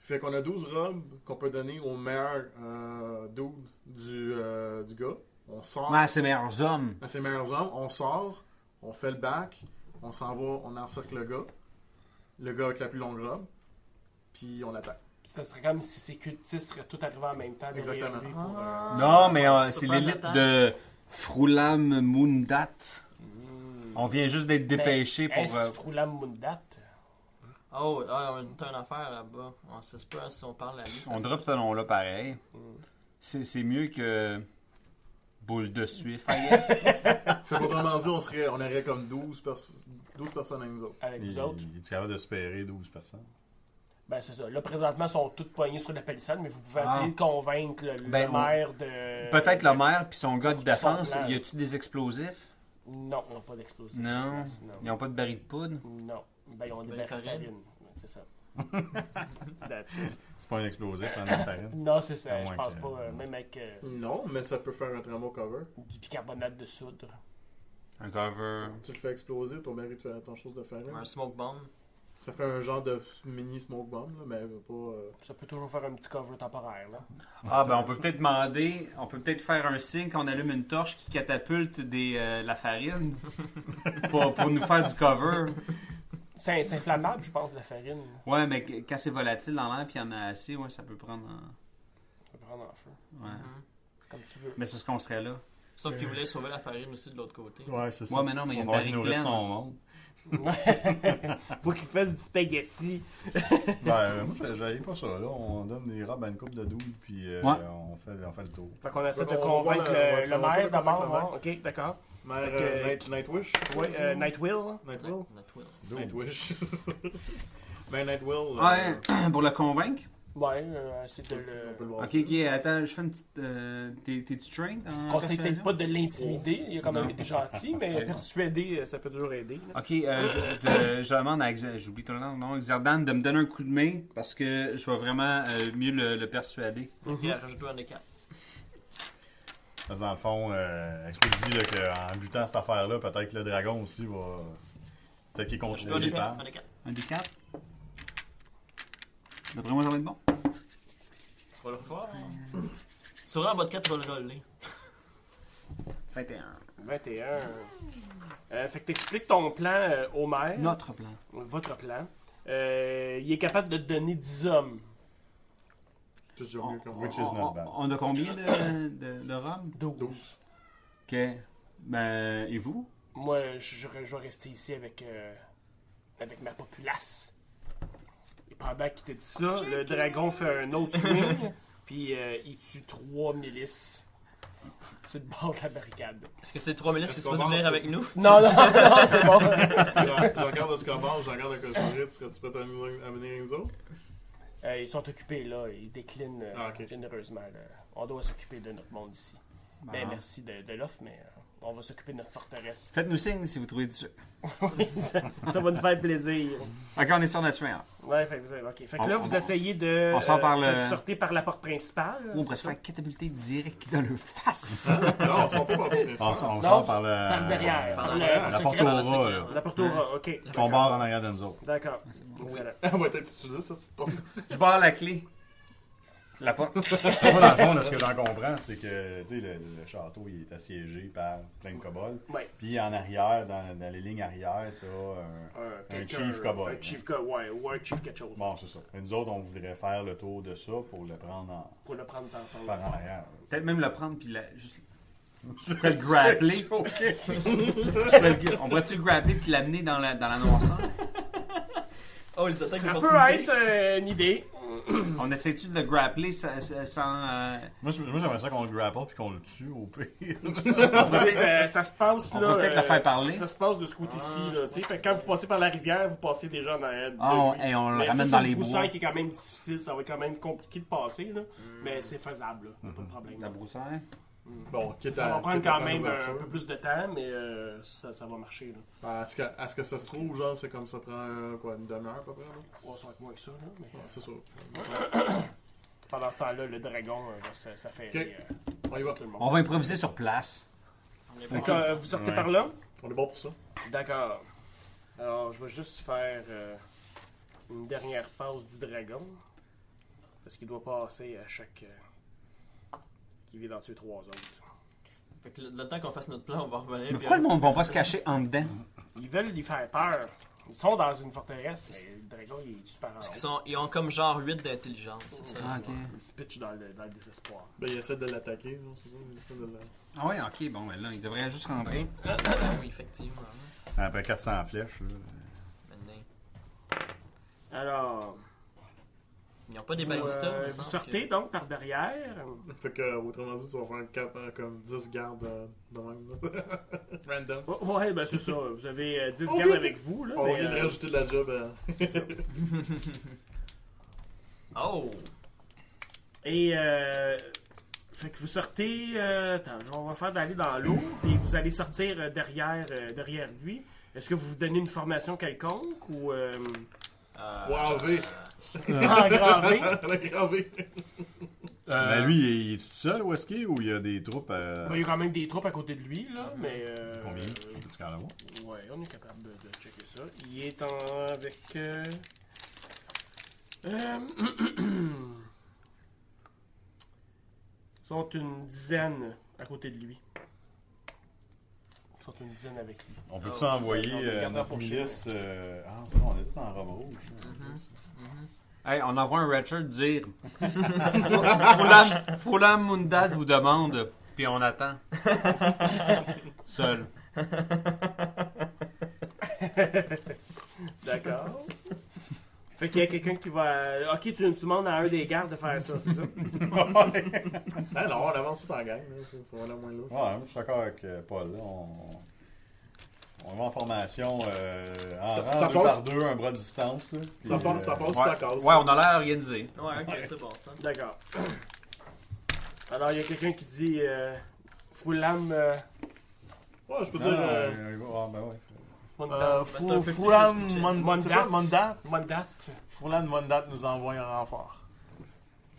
[SPEAKER 2] Fait qu'on a 12 robes qu'on peut donner au meilleur euh, dude du, euh, du gars. On sort.
[SPEAKER 3] Ouais, c'est meilleurs hommes.
[SPEAKER 2] à ses meilleurs hommes, on sort, on fait le bac, on s'en va, on encercle le gars, le gars avec la plus longue robe, puis on l'attaque.
[SPEAKER 1] Ça serait comme si ces cultistes seraient tous arrivés en même temps. derrière
[SPEAKER 2] Exactement.
[SPEAKER 1] lui pour,
[SPEAKER 3] Ah.
[SPEAKER 1] euh,
[SPEAKER 3] Non, mais euh,
[SPEAKER 4] Ça
[SPEAKER 3] c'est
[SPEAKER 4] prend le
[SPEAKER 3] l'élite
[SPEAKER 4] temps.
[SPEAKER 3] de Frulam Mundat. On vient juste d'être dépêché
[SPEAKER 1] Hmm. Mais
[SPEAKER 3] pour.
[SPEAKER 1] est-ce
[SPEAKER 3] euh,
[SPEAKER 1] Frulam Mundat?
[SPEAKER 4] Oh, ah, on a une affaire là-bas. On sait pas si on parle à lui. ça
[SPEAKER 3] On
[SPEAKER 4] se-
[SPEAKER 3] drop ce nom-là pareil.
[SPEAKER 1] Hmm.
[SPEAKER 3] C'est c'est mieux que. Boule de suif, I guess.
[SPEAKER 2] Fait qu'autrement dit, on, serait, on aurait comme 12, perso- 12 personnes avec nous autres.
[SPEAKER 1] Avec
[SPEAKER 5] Il,
[SPEAKER 1] vous autres.
[SPEAKER 5] il est capable de espérer 12 personnes.
[SPEAKER 1] Ben, c'est ça. Là, présentement, ils sont tous poignés sur la palissade, mais vous pouvez
[SPEAKER 3] Ah.
[SPEAKER 1] essayer de convaincre le, le
[SPEAKER 3] Ben, on-
[SPEAKER 1] maire de.
[SPEAKER 3] Peut-être le maire puis son gars de
[SPEAKER 1] Son
[SPEAKER 3] défense.
[SPEAKER 1] plan.
[SPEAKER 3] Y a-tu des explosifs?
[SPEAKER 1] Non, ils n'ont pas d'explosifs.
[SPEAKER 3] Non.
[SPEAKER 1] sur place,
[SPEAKER 3] Ils n'ont pas de baril de poudre?
[SPEAKER 1] non. Non. Ben, ils ont des
[SPEAKER 4] Ben,
[SPEAKER 1] barils de
[SPEAKER 4] farine.
[SPEAKER 1] farine. C'est ça. That's it.
[SPEAKER 5] C'est pas un explosif, la farine.
[SPEAKER 1] Non, c'est ça.
[SPEAKER 5] À
[SPEAKER 1] Je
[SPEAKER 5] moins
[SPEAKER 1] pense
[SPEAKER 5] que-
[SPEAKER 1] pas. euh, même avec euh,
[SPEAKER 2] Non, mais ça peut faire un tramo cover.
[SPEAKER 1] du bicarbonate de soude.
[SPEAKER 3] Un cover.
[SPEAKER 2] Tu le fais exploser, ton mari te fait ton chose de farine.
[SPEAKER 4] Un smoke bomb.
[SPEAKER 2] Ça fait un genre de mini smoke bomb, là, mais pas. euh,
[SPEAKER 1] Ça peut toujours faire un petit cover temporaire. Là.
[SPEAKER 3] Ah, ben on peut peut-être demander, on peut peut-être faire un signe qu'on allume une torche qui catapulte des, euh, la farine pour, pour nous faire du cover.
[SPEAKER 1] C'est c'est inflammable, je pense, la farine.
[SPEAKER 3] Ouais, mais qu- quand c'est volatile dans l'air puis il y en a assez, ouais, ça peut prendre. en-
[SPEAKER 1] Ça peut prendre en feu,
[SPEAKER 3] ouais.
[SPEAKER 4] Mhm.
[SPEAKER 1] comme tu veux.
[SPEAKER 3] Mais c'est parce qu'on serait là.
[SPEAKER 4] Sauf qu'il voulait sauver la farine aussi de l'autre côté.
[SPEAKER 5] Ouais, c'est ça.
[SPEAKER 3] Ouais, mais non, mais il y a
[SPEAKER 5] On
[SPEAKER 3] une
[SPEAKER 5] va
[SPEAKER 3] barrique
[SPEAKER 5] nourrir
[SPEAKER 3] pleine.
[SPEAKER 5] son monde.
[SPEAKER 1] Faut qu'il fasse du spaghetti.
[SPEAKER 5] Ben, euh, moi, j'a- j'avais pas ça, là. On donne des robes à une coupe de double, puis euh,
[SPEAKER 3] Ouais.
[SPEAKER 5] on, fait, on fait le tour.
[SPEAKER 1] Fait qu'on essaie
[SPEAKER 2] Donc,
[SPEAKER 1] de
[SPEAKER 2] on va
[SPEAKER 1] convaincre
[SPEAKER 2] voir le- on va
[SPEAKER 1] le,
[SPEAKER 2] essayer-
[SPEAKER 1] le
[SPEAKER 2] on va essayer
[SPEAKER 1] maire
[SPEAKER 2] de convaincre
[SPEAKER 1] d'abord.
[SPEAKER 2] le maire.
[SPEAKER 1] voir. Ok, d'accord.
[SPEAKER 2] Mère,
[SPEAKER 1] Fait que-
[SPEAKER 2] euh, Night- Nightwish c'est
[SPEAKER 1] Oui,
[SPEAKER 2] ça?
[SPEAKER 1] euh, Nightwill.
[SPEAKER 2] Nightwill
[SPEAKER 4] Notre will.
[SPEAKER 5] Double.
[SPEAKER 2] Nightwish, c'est ça. Ben, Nightwill.
[SPEAKER 3] Ouais,
[SPEAKER 2] euh,
[SPEAKER 3] pour le convaincre.
[SPEAKER 1] Ouais, euh, c'est de
[SPEAKER 2] on peut
[SPEAKER 1] le.
[SPEAKER 2] le voir.
[SPEAKER 3] Ok, ok, attends, je fais une petite. euh, T'es- T'es-tu trained? en
[SPEAKER 1] Conseille peut-être
[SPEAKER 3] persuasion?
[SPEAKER 1] pas de l'intimider, il a quand même
[SPEAKER 3] Non.
[SPEAKER 1] été gentil, mais
[SPEAKER 3] Ok.
[SPEAKER 1] persuader, euh, ça peut toujours aider. là.
[SPEAKER 3] Ok, euh, je, je- je demande à Exa- j'oublie tout le temps le nom, Xerdan de me donner un coup de main parce que je vais vraiment euh, mieux le, le persuader.
[SPEAKER 4] Puis elle rajoute un des quatre.
[SPEAKER 5] Parce que dans le fond, euh, Expédie, là, qu'en butant cette affaire-là, peut-être que le dragon aussi va. Peut-être qu'il est
[SPEAKER 4] Rajoute un
[SPEAKER 5] contrôlé
[SPEAKER 4] des quatre.
[SPEAKER 5] par.
[SPEAKER 4] Un des quatre.
[SPEAKER 3] Un des quatre. D'après moi, ça va être bon.
[SPEAKER 4] On va le revoir. Sur en bas de 4, tu vas le roller.
[SPEAKER 3] 21.
[SPEAKER 1] 21. Euh, fait que t'expliques ton plan euh, au maire.
[SPEAKER 3] Notre plan.
[SPEAKER 1] Votre plan. Euh, il est capable de te donner 10 hommes.
[SPEAKER 2] C'est déjà mieux
[SPEAKER 3] On,
[SPEAKER 2] qu'on
[SPEAKER 3] on-
[SPEAKER 5] Which is not
[SPEAKER 3] on-
[SPEAKER 5] bad.
[SPEAKER 3] on a combien de, de, de robes?
[SPEAKER 1] 12.
[SPEAKER 3] Ok. Ben, et vous?
[SPEAKER 1] Moi, je, je, re- je vais rester ici avec, euh, avec ma populace. Et pendant qu'il te dit ça, le dragon fait un autre swing, puis euh, il tue trois milices. C'est le bord de la barricade.
[SPEAKER 4] Est-ce que c'est les trois milices
[SPEAKER 2] Est-ce
[SPEAKER 4] qui
[SPEAKER 2] qu'on
[SPEAKER 4] sont venus
[SPEAKER 2] va en-
[SPEAKER 4] venir avec nous?
[SPEAKER 1] Non, non, non, c'est bon.
[SPEAKER 2] Je je regarde ce qu'on mange, je regarde le cosmorite, serais-tu peut-être à venir à venir avec nous autres?
[SPEAKER 1] Euh, ils sont occupés, là. Ils déclinent euh,
[SPEAKER 2] Ah, ok.
[SPEAKER 1] généreusement. là. On doit s'occuper de notre monde ici. Ben,
[SPEAKER 3] Bon.
[SPEAKER 1] merci de, de l'offre, mais euh, on va s'occuper de notre forteresse.
[SPEAKER 3] Faites-nous signe si vous trouvez du sucre.
[SPEAKER 1] Oui, ça, ça va nous faire plaisir.
[SPEAKER 3] Ok, on est sur notre chemin.
[SPEAKER 1] Ouais, fait que vous avez- ok. Fait que
[SPEAKER 3] On-
[SPEAKER 1] là,
[SPEAKER 3] on-
[SPEAKER 1] vous essayez de. euh,
[SPEAKER 3] on sort par
[SPEAKER 1] vous
[SPEAKER 3] le-
[SPEAKER 1] êtes sortis par la porte principale.
[SPEAKER 3] On pourrait se faire catapulter direct dans le face.
[SPEAKER 2] Non, ils sont pas
[SPEAKER 1] Ah,
[SPEAKER 2] bons, mais
[SPEAKER 5] On, on
[SPEAKER 2] ça.
[SPEAKER 1] Non,
[SPEAKER 5] sort par le.
[SPEAKER 3] Euh,
[SPEAKER 1] par derrière.
[SPEAKER 4] Par
[SPEAKER 1] Par
[SPEAKER 4] le-
[SPEAKER 1] la,
[SPEAKER 5] La
[SPEAKER 4] secret,
[SPEAKER 5] porte
[SPEAKER 4] par le
[SPEAKER 5] aura,
[SPEAKER 4] secret.
[SPEAKER 1] la porte au rat, ok.
[SPEAKER 5] Qu'on barre en arrière de nous autres.
[SPEAKER 1] D'accord.
[SPEAKER 4] Ah,
[SPEAKER 2] Oui.
[SPEAKER 1] Excellent.
[SPEAKER 2] Elle va être utilisée, ça, c'est pas.
[SPEAKER 3] Je barre la clé. La porte.
[SPEAKER 5] Moi, dans le fond, là, ce que j'en comprends, c'est que tu sais, le, le château il est assiégé par plein de kobolds.
[SPEAKER 1] Ouais.
[SPEAKER 5] Puis en arrière, dans, dans les lignes arrière, t'as un.
[SPEAKER 1] Euh, quelqu'un-
[SPEAKER 5] chief cowboy.
[SPEAKER 1] Un chief cowboy, ouais, ou un chief quelque chose.
[SPEAKER 5] Bon, c'est ça. Et nous autres, on voudrait faire le tour de ça pour le prendre en,
[SPEAKER 1] Pour le prendre tantôt.
[SPEAKER 5] par en arrière.
[SPEAKER 3] Peut-être même le prendre puis la, juste. Je pourrais le grappler. Je pourrais le- On pourrait-tu le grappler puis l'amener dans la, dans la noirceur?
[SPEAKER 4] Oh, ils attaquent
[SPEAKER 1] Ça
[SPEAKER 4] les
[SPEAKER 1] peut être euh, une idée.
[SPEAKER 3] On essaie-tu de le grappler sa- sa- sans. euh,
[SPEAKER 5] Moi, je- moi, j'aimerais ça qu'on le grapple puis qu'on le tue au pire.
[SPEAKER 1] ça, ça se passe
[SPEAKER 3] Ah, On
[SPEAKER 1] là.
[SPEAKER 3] peut peut-être
[SPEAKER 1] euh,
[SPEAKER 3] la faire parler.
[SPEAKER 1] Ça se passe de ce côté-ci.
[SPEAKER 4] Ah,
[SPEAKER 1] là,
[SPEAKER 4] je
[SPEAKER 1] tu sais. Fait
[SPEAKER 4] vois ce
[SPEAKER 1] que
[SPEAKER 4] que
[SPEAKER 1] quand
[SPEAKER 4] tu
[SPEAKER 1] vous passez par la rivière, vous passez déjà dans la.
[SPEAKER 3] Ah, on, hey, on le ramène dans les bois. Hmm.
[SPEAKER 1] C'est qui est quand même difficile. Ça va être quand même compliqué de passer. Là, Mais c'est faisable. Là. Pas de problème.
[SPEAKER 3] La broussaille.
[SPEAKER 2] Bon, quitte
[SPEAKER 1] Ça va
[SPEAKER 2] à-
[SPEAKER 1] prendre
[SPEAKER 2] quitte à
[SPEAKER 1] quand même
[SPEAKER 2] l'ouverture.
[SPEAKER 1] un peu plus de temps, mais euh, ça, ça va marcher. Là.
[SPEAKER 2] Ben, Est-ce que, est-ce que ça se trouve, genre, c'est comme ça prend euh, quoi, une demi-heure à peu près? là?
[SPEAKER 1] On va être moins que ça. Là, mais
[SPEAKER 2] Ouais, c'est sûr.
[SPEAKER 1] pendant ce temps-là, le dragon, euh, va se- euh, ça fait.
[SPEAKER 2] Ok. On y va.
[SPEAKER 1] tout le monde.
[SPEAKER 3] On va improviser sur place.
[SPEAKER 1] Donc, euh, vous sortez par là
[SPEAKER 2] On est bon pour ça.
[SPEAKER 1] D'accord. Alors, je vais juste faire euh, une dernière passe du dragon. Parce qu'il doit passer à chaque. euh, qui vient d'en tuer trois autres.
[SPEAKER 4] Fait que le, le temps qu'on fasse notre plan, on va revenir.
[SPEAKER 3] Mais
[SPEAKER 4] puis
[SPEAKER 3] pourquoi
[SPEAKER 4] on-
[SPEAKER 3] le monde va pas se cacher en dedans?
[SPEAKER 1] Ils veulent lui faire peur. Ils sont dans une forteresse, mais le dragon, il est super en
[SPEAKER 4] Parce qu'ils
[SPEAKER 1] haut.
[SPEAKER 4] sont, ils ont comme genre 8 d'intelligence, c'est ça?
[SPEAKER 3] Ah, ok.
[SPEAKER 1] Il se pitch dans le, dans le désespoir.
[SPEAKER 2] Ben, il essaie de l'attaquer, non, c'est ça? Il essaie de la-
[SPEAKER 3] Ah ouais, ok, bon, ben là, il devrait juste rentrer.
[SPEAKER 4] Ah, Oui, effectivement.
[SPEAKER 5] Après 400 flèches. là.
[SPEAKER 4] Maintenant,
[SPEAKER 1] Alors.
[SPEAKER 4] ils n'ont pas des
[SPEAKER 1] vous,
[SPEAKER 4] balistas.
[SPEAKER 1] euh,
[SPEAKER 4] il me
[SPEAKER 1] vous
[SPEAKER 4] semble
[SPEAKER 1] sortez
[SPEAKER 4] que-
[SPEAKER 1] donc par derrière.
[SPEAKER 2] Fait que, autrement dit, tu vas faire 4, comme 10 gardes euh, de même. là. Random.
[SPEAKER 1] Oh, ouais, ben c'est ça. Vous avez euh, 10
[SPEAKER 2] Oh,
[SPEAKER 1] gardes
[SPEAKER 2] oui,
[SPEAKER 1] avec vous. Là,
[SPEAKER 2] On
[SPEAKER 1] mais,
[SPEAKER 2] vient de
[SPEAKER 1] euh,
[SPEAKER 2] rajouter de la job. euh.
[SPEAKER 4] Oh!
[SPEAKER 1] Et euh, fait que vous sortez. euh, attends, je vais- on va faire d'aller dans l'eau, puis vous allez sortir euh, derrière, euh, derrière lui. Est-ce que vous vous donnez une formation quelconque ou euh,
[SPEAKER 4] Euh,
[SPEAKER 1] Ah.
[SPEAKER 2] Wow, V.
[SPEAKER 1] en grand V?
[SPEAKER 2] Elle a gravé.
[SPEAKER 1] Euh,
[SPEAKER 5] Euh. Ben lui, il est- il est tout seul ou est-ce qu'il est, ou il y a des troupes à...
[SPEAKER 1] bah, il y a quand même des troupes à côté de lui, là, mais. euh,
[SPEAKER 5] Combien Tu en avoir?
[SPEAKER 1] Ouais, on est capable de, de checker ça. Il est en, avec. euh, euh, Ils sont une dizaine à côté de lui. Ils sont une dizaine avec lui.
[SPEAKER 5] On
[SPEAKER 4] Ah,
[SPEAKER 5] peut-tu
[SPEAKER 4] ouais,
[SPEAKER 5] envoyer
[SPEAKER 1] on les
[SPEAKER 5] euh,
[SPEAKER 1] gardera
[SPEAKER 5] notre
[SPEAKER 1] pour
[SPEAKER 5] milice... euh, Ah, c'est bon, on est tous en robe rouge. hein.
[SPEAKER 3] Hey, on envoie un Ratchet dire. Froulam- Froulam Mundad vous demande, puis on attend. Seul.
[SPEAKER 1] D'accord. fait qu'il y a quelqu'un qui va. Ok, tu, tu demandes à un des gardes de faire ça, c'est ça?
[SPEAKER 2] Ben Non, non, on avance tout en gang. là. Ça, ça va la moins lourd.
[SPEAKER 5] Ouais, Ah, moi, je suis d'accord avec euh, Paul. là. On... on va en formation euh, en
[SPEAKER 2] Ça-
[SPEAKER 5] rang,
[SPEAKER 2] ça
[SPEAKER 5] deux
[SPEAKER 2] passe?
[SPEAKER 5] par deux, un bras de distance. là.
[SPEAKER 2] Ça
[SPEAKER 5] Puis,
[SPEAKER 2] passe,
[SPEAKER 5] euh,
[SPEAKER 2] ça passe, ça
[SPEAKER 3] Ouais,
[SPEAKER 2] casse.
[SPEAKER 3] Ouais, on a l'air organisé.
[SPEAKER 4] Ouais, ok, c'est bon ça.
[SPEAKER 1] D'accord. Alors, il y a quelqu'un qui dit. Euh, Froulam. euh,
[SPEAKER 2] Ouais, je peux
[SPEAKER 5] Non,
[SPEAKER 2] dire.
[SPEAKER 5] non,
[SPEAKER 2] euh,
[SPEAKER 5] un gars- ah, ben ouais.
[SPEAKER 1] Mondat.
[SPEAKER 2] Euh,
[SPEAKER 4] c'est un
[SPEAKER 2] Fou-
[SPEAKER 4] 50-50
[SPEAKER 2] Foulan
[SPEAKER 4] chance.
[SPEAKER 2] Mon- c'est
[SPEAKER 1] Mondat.
[SPEAKER 2] quoi, Mondat.
[SPEAKER 1] Mondat.
[SPEAKER 2] Foulan Mondat nous envoie un renfort.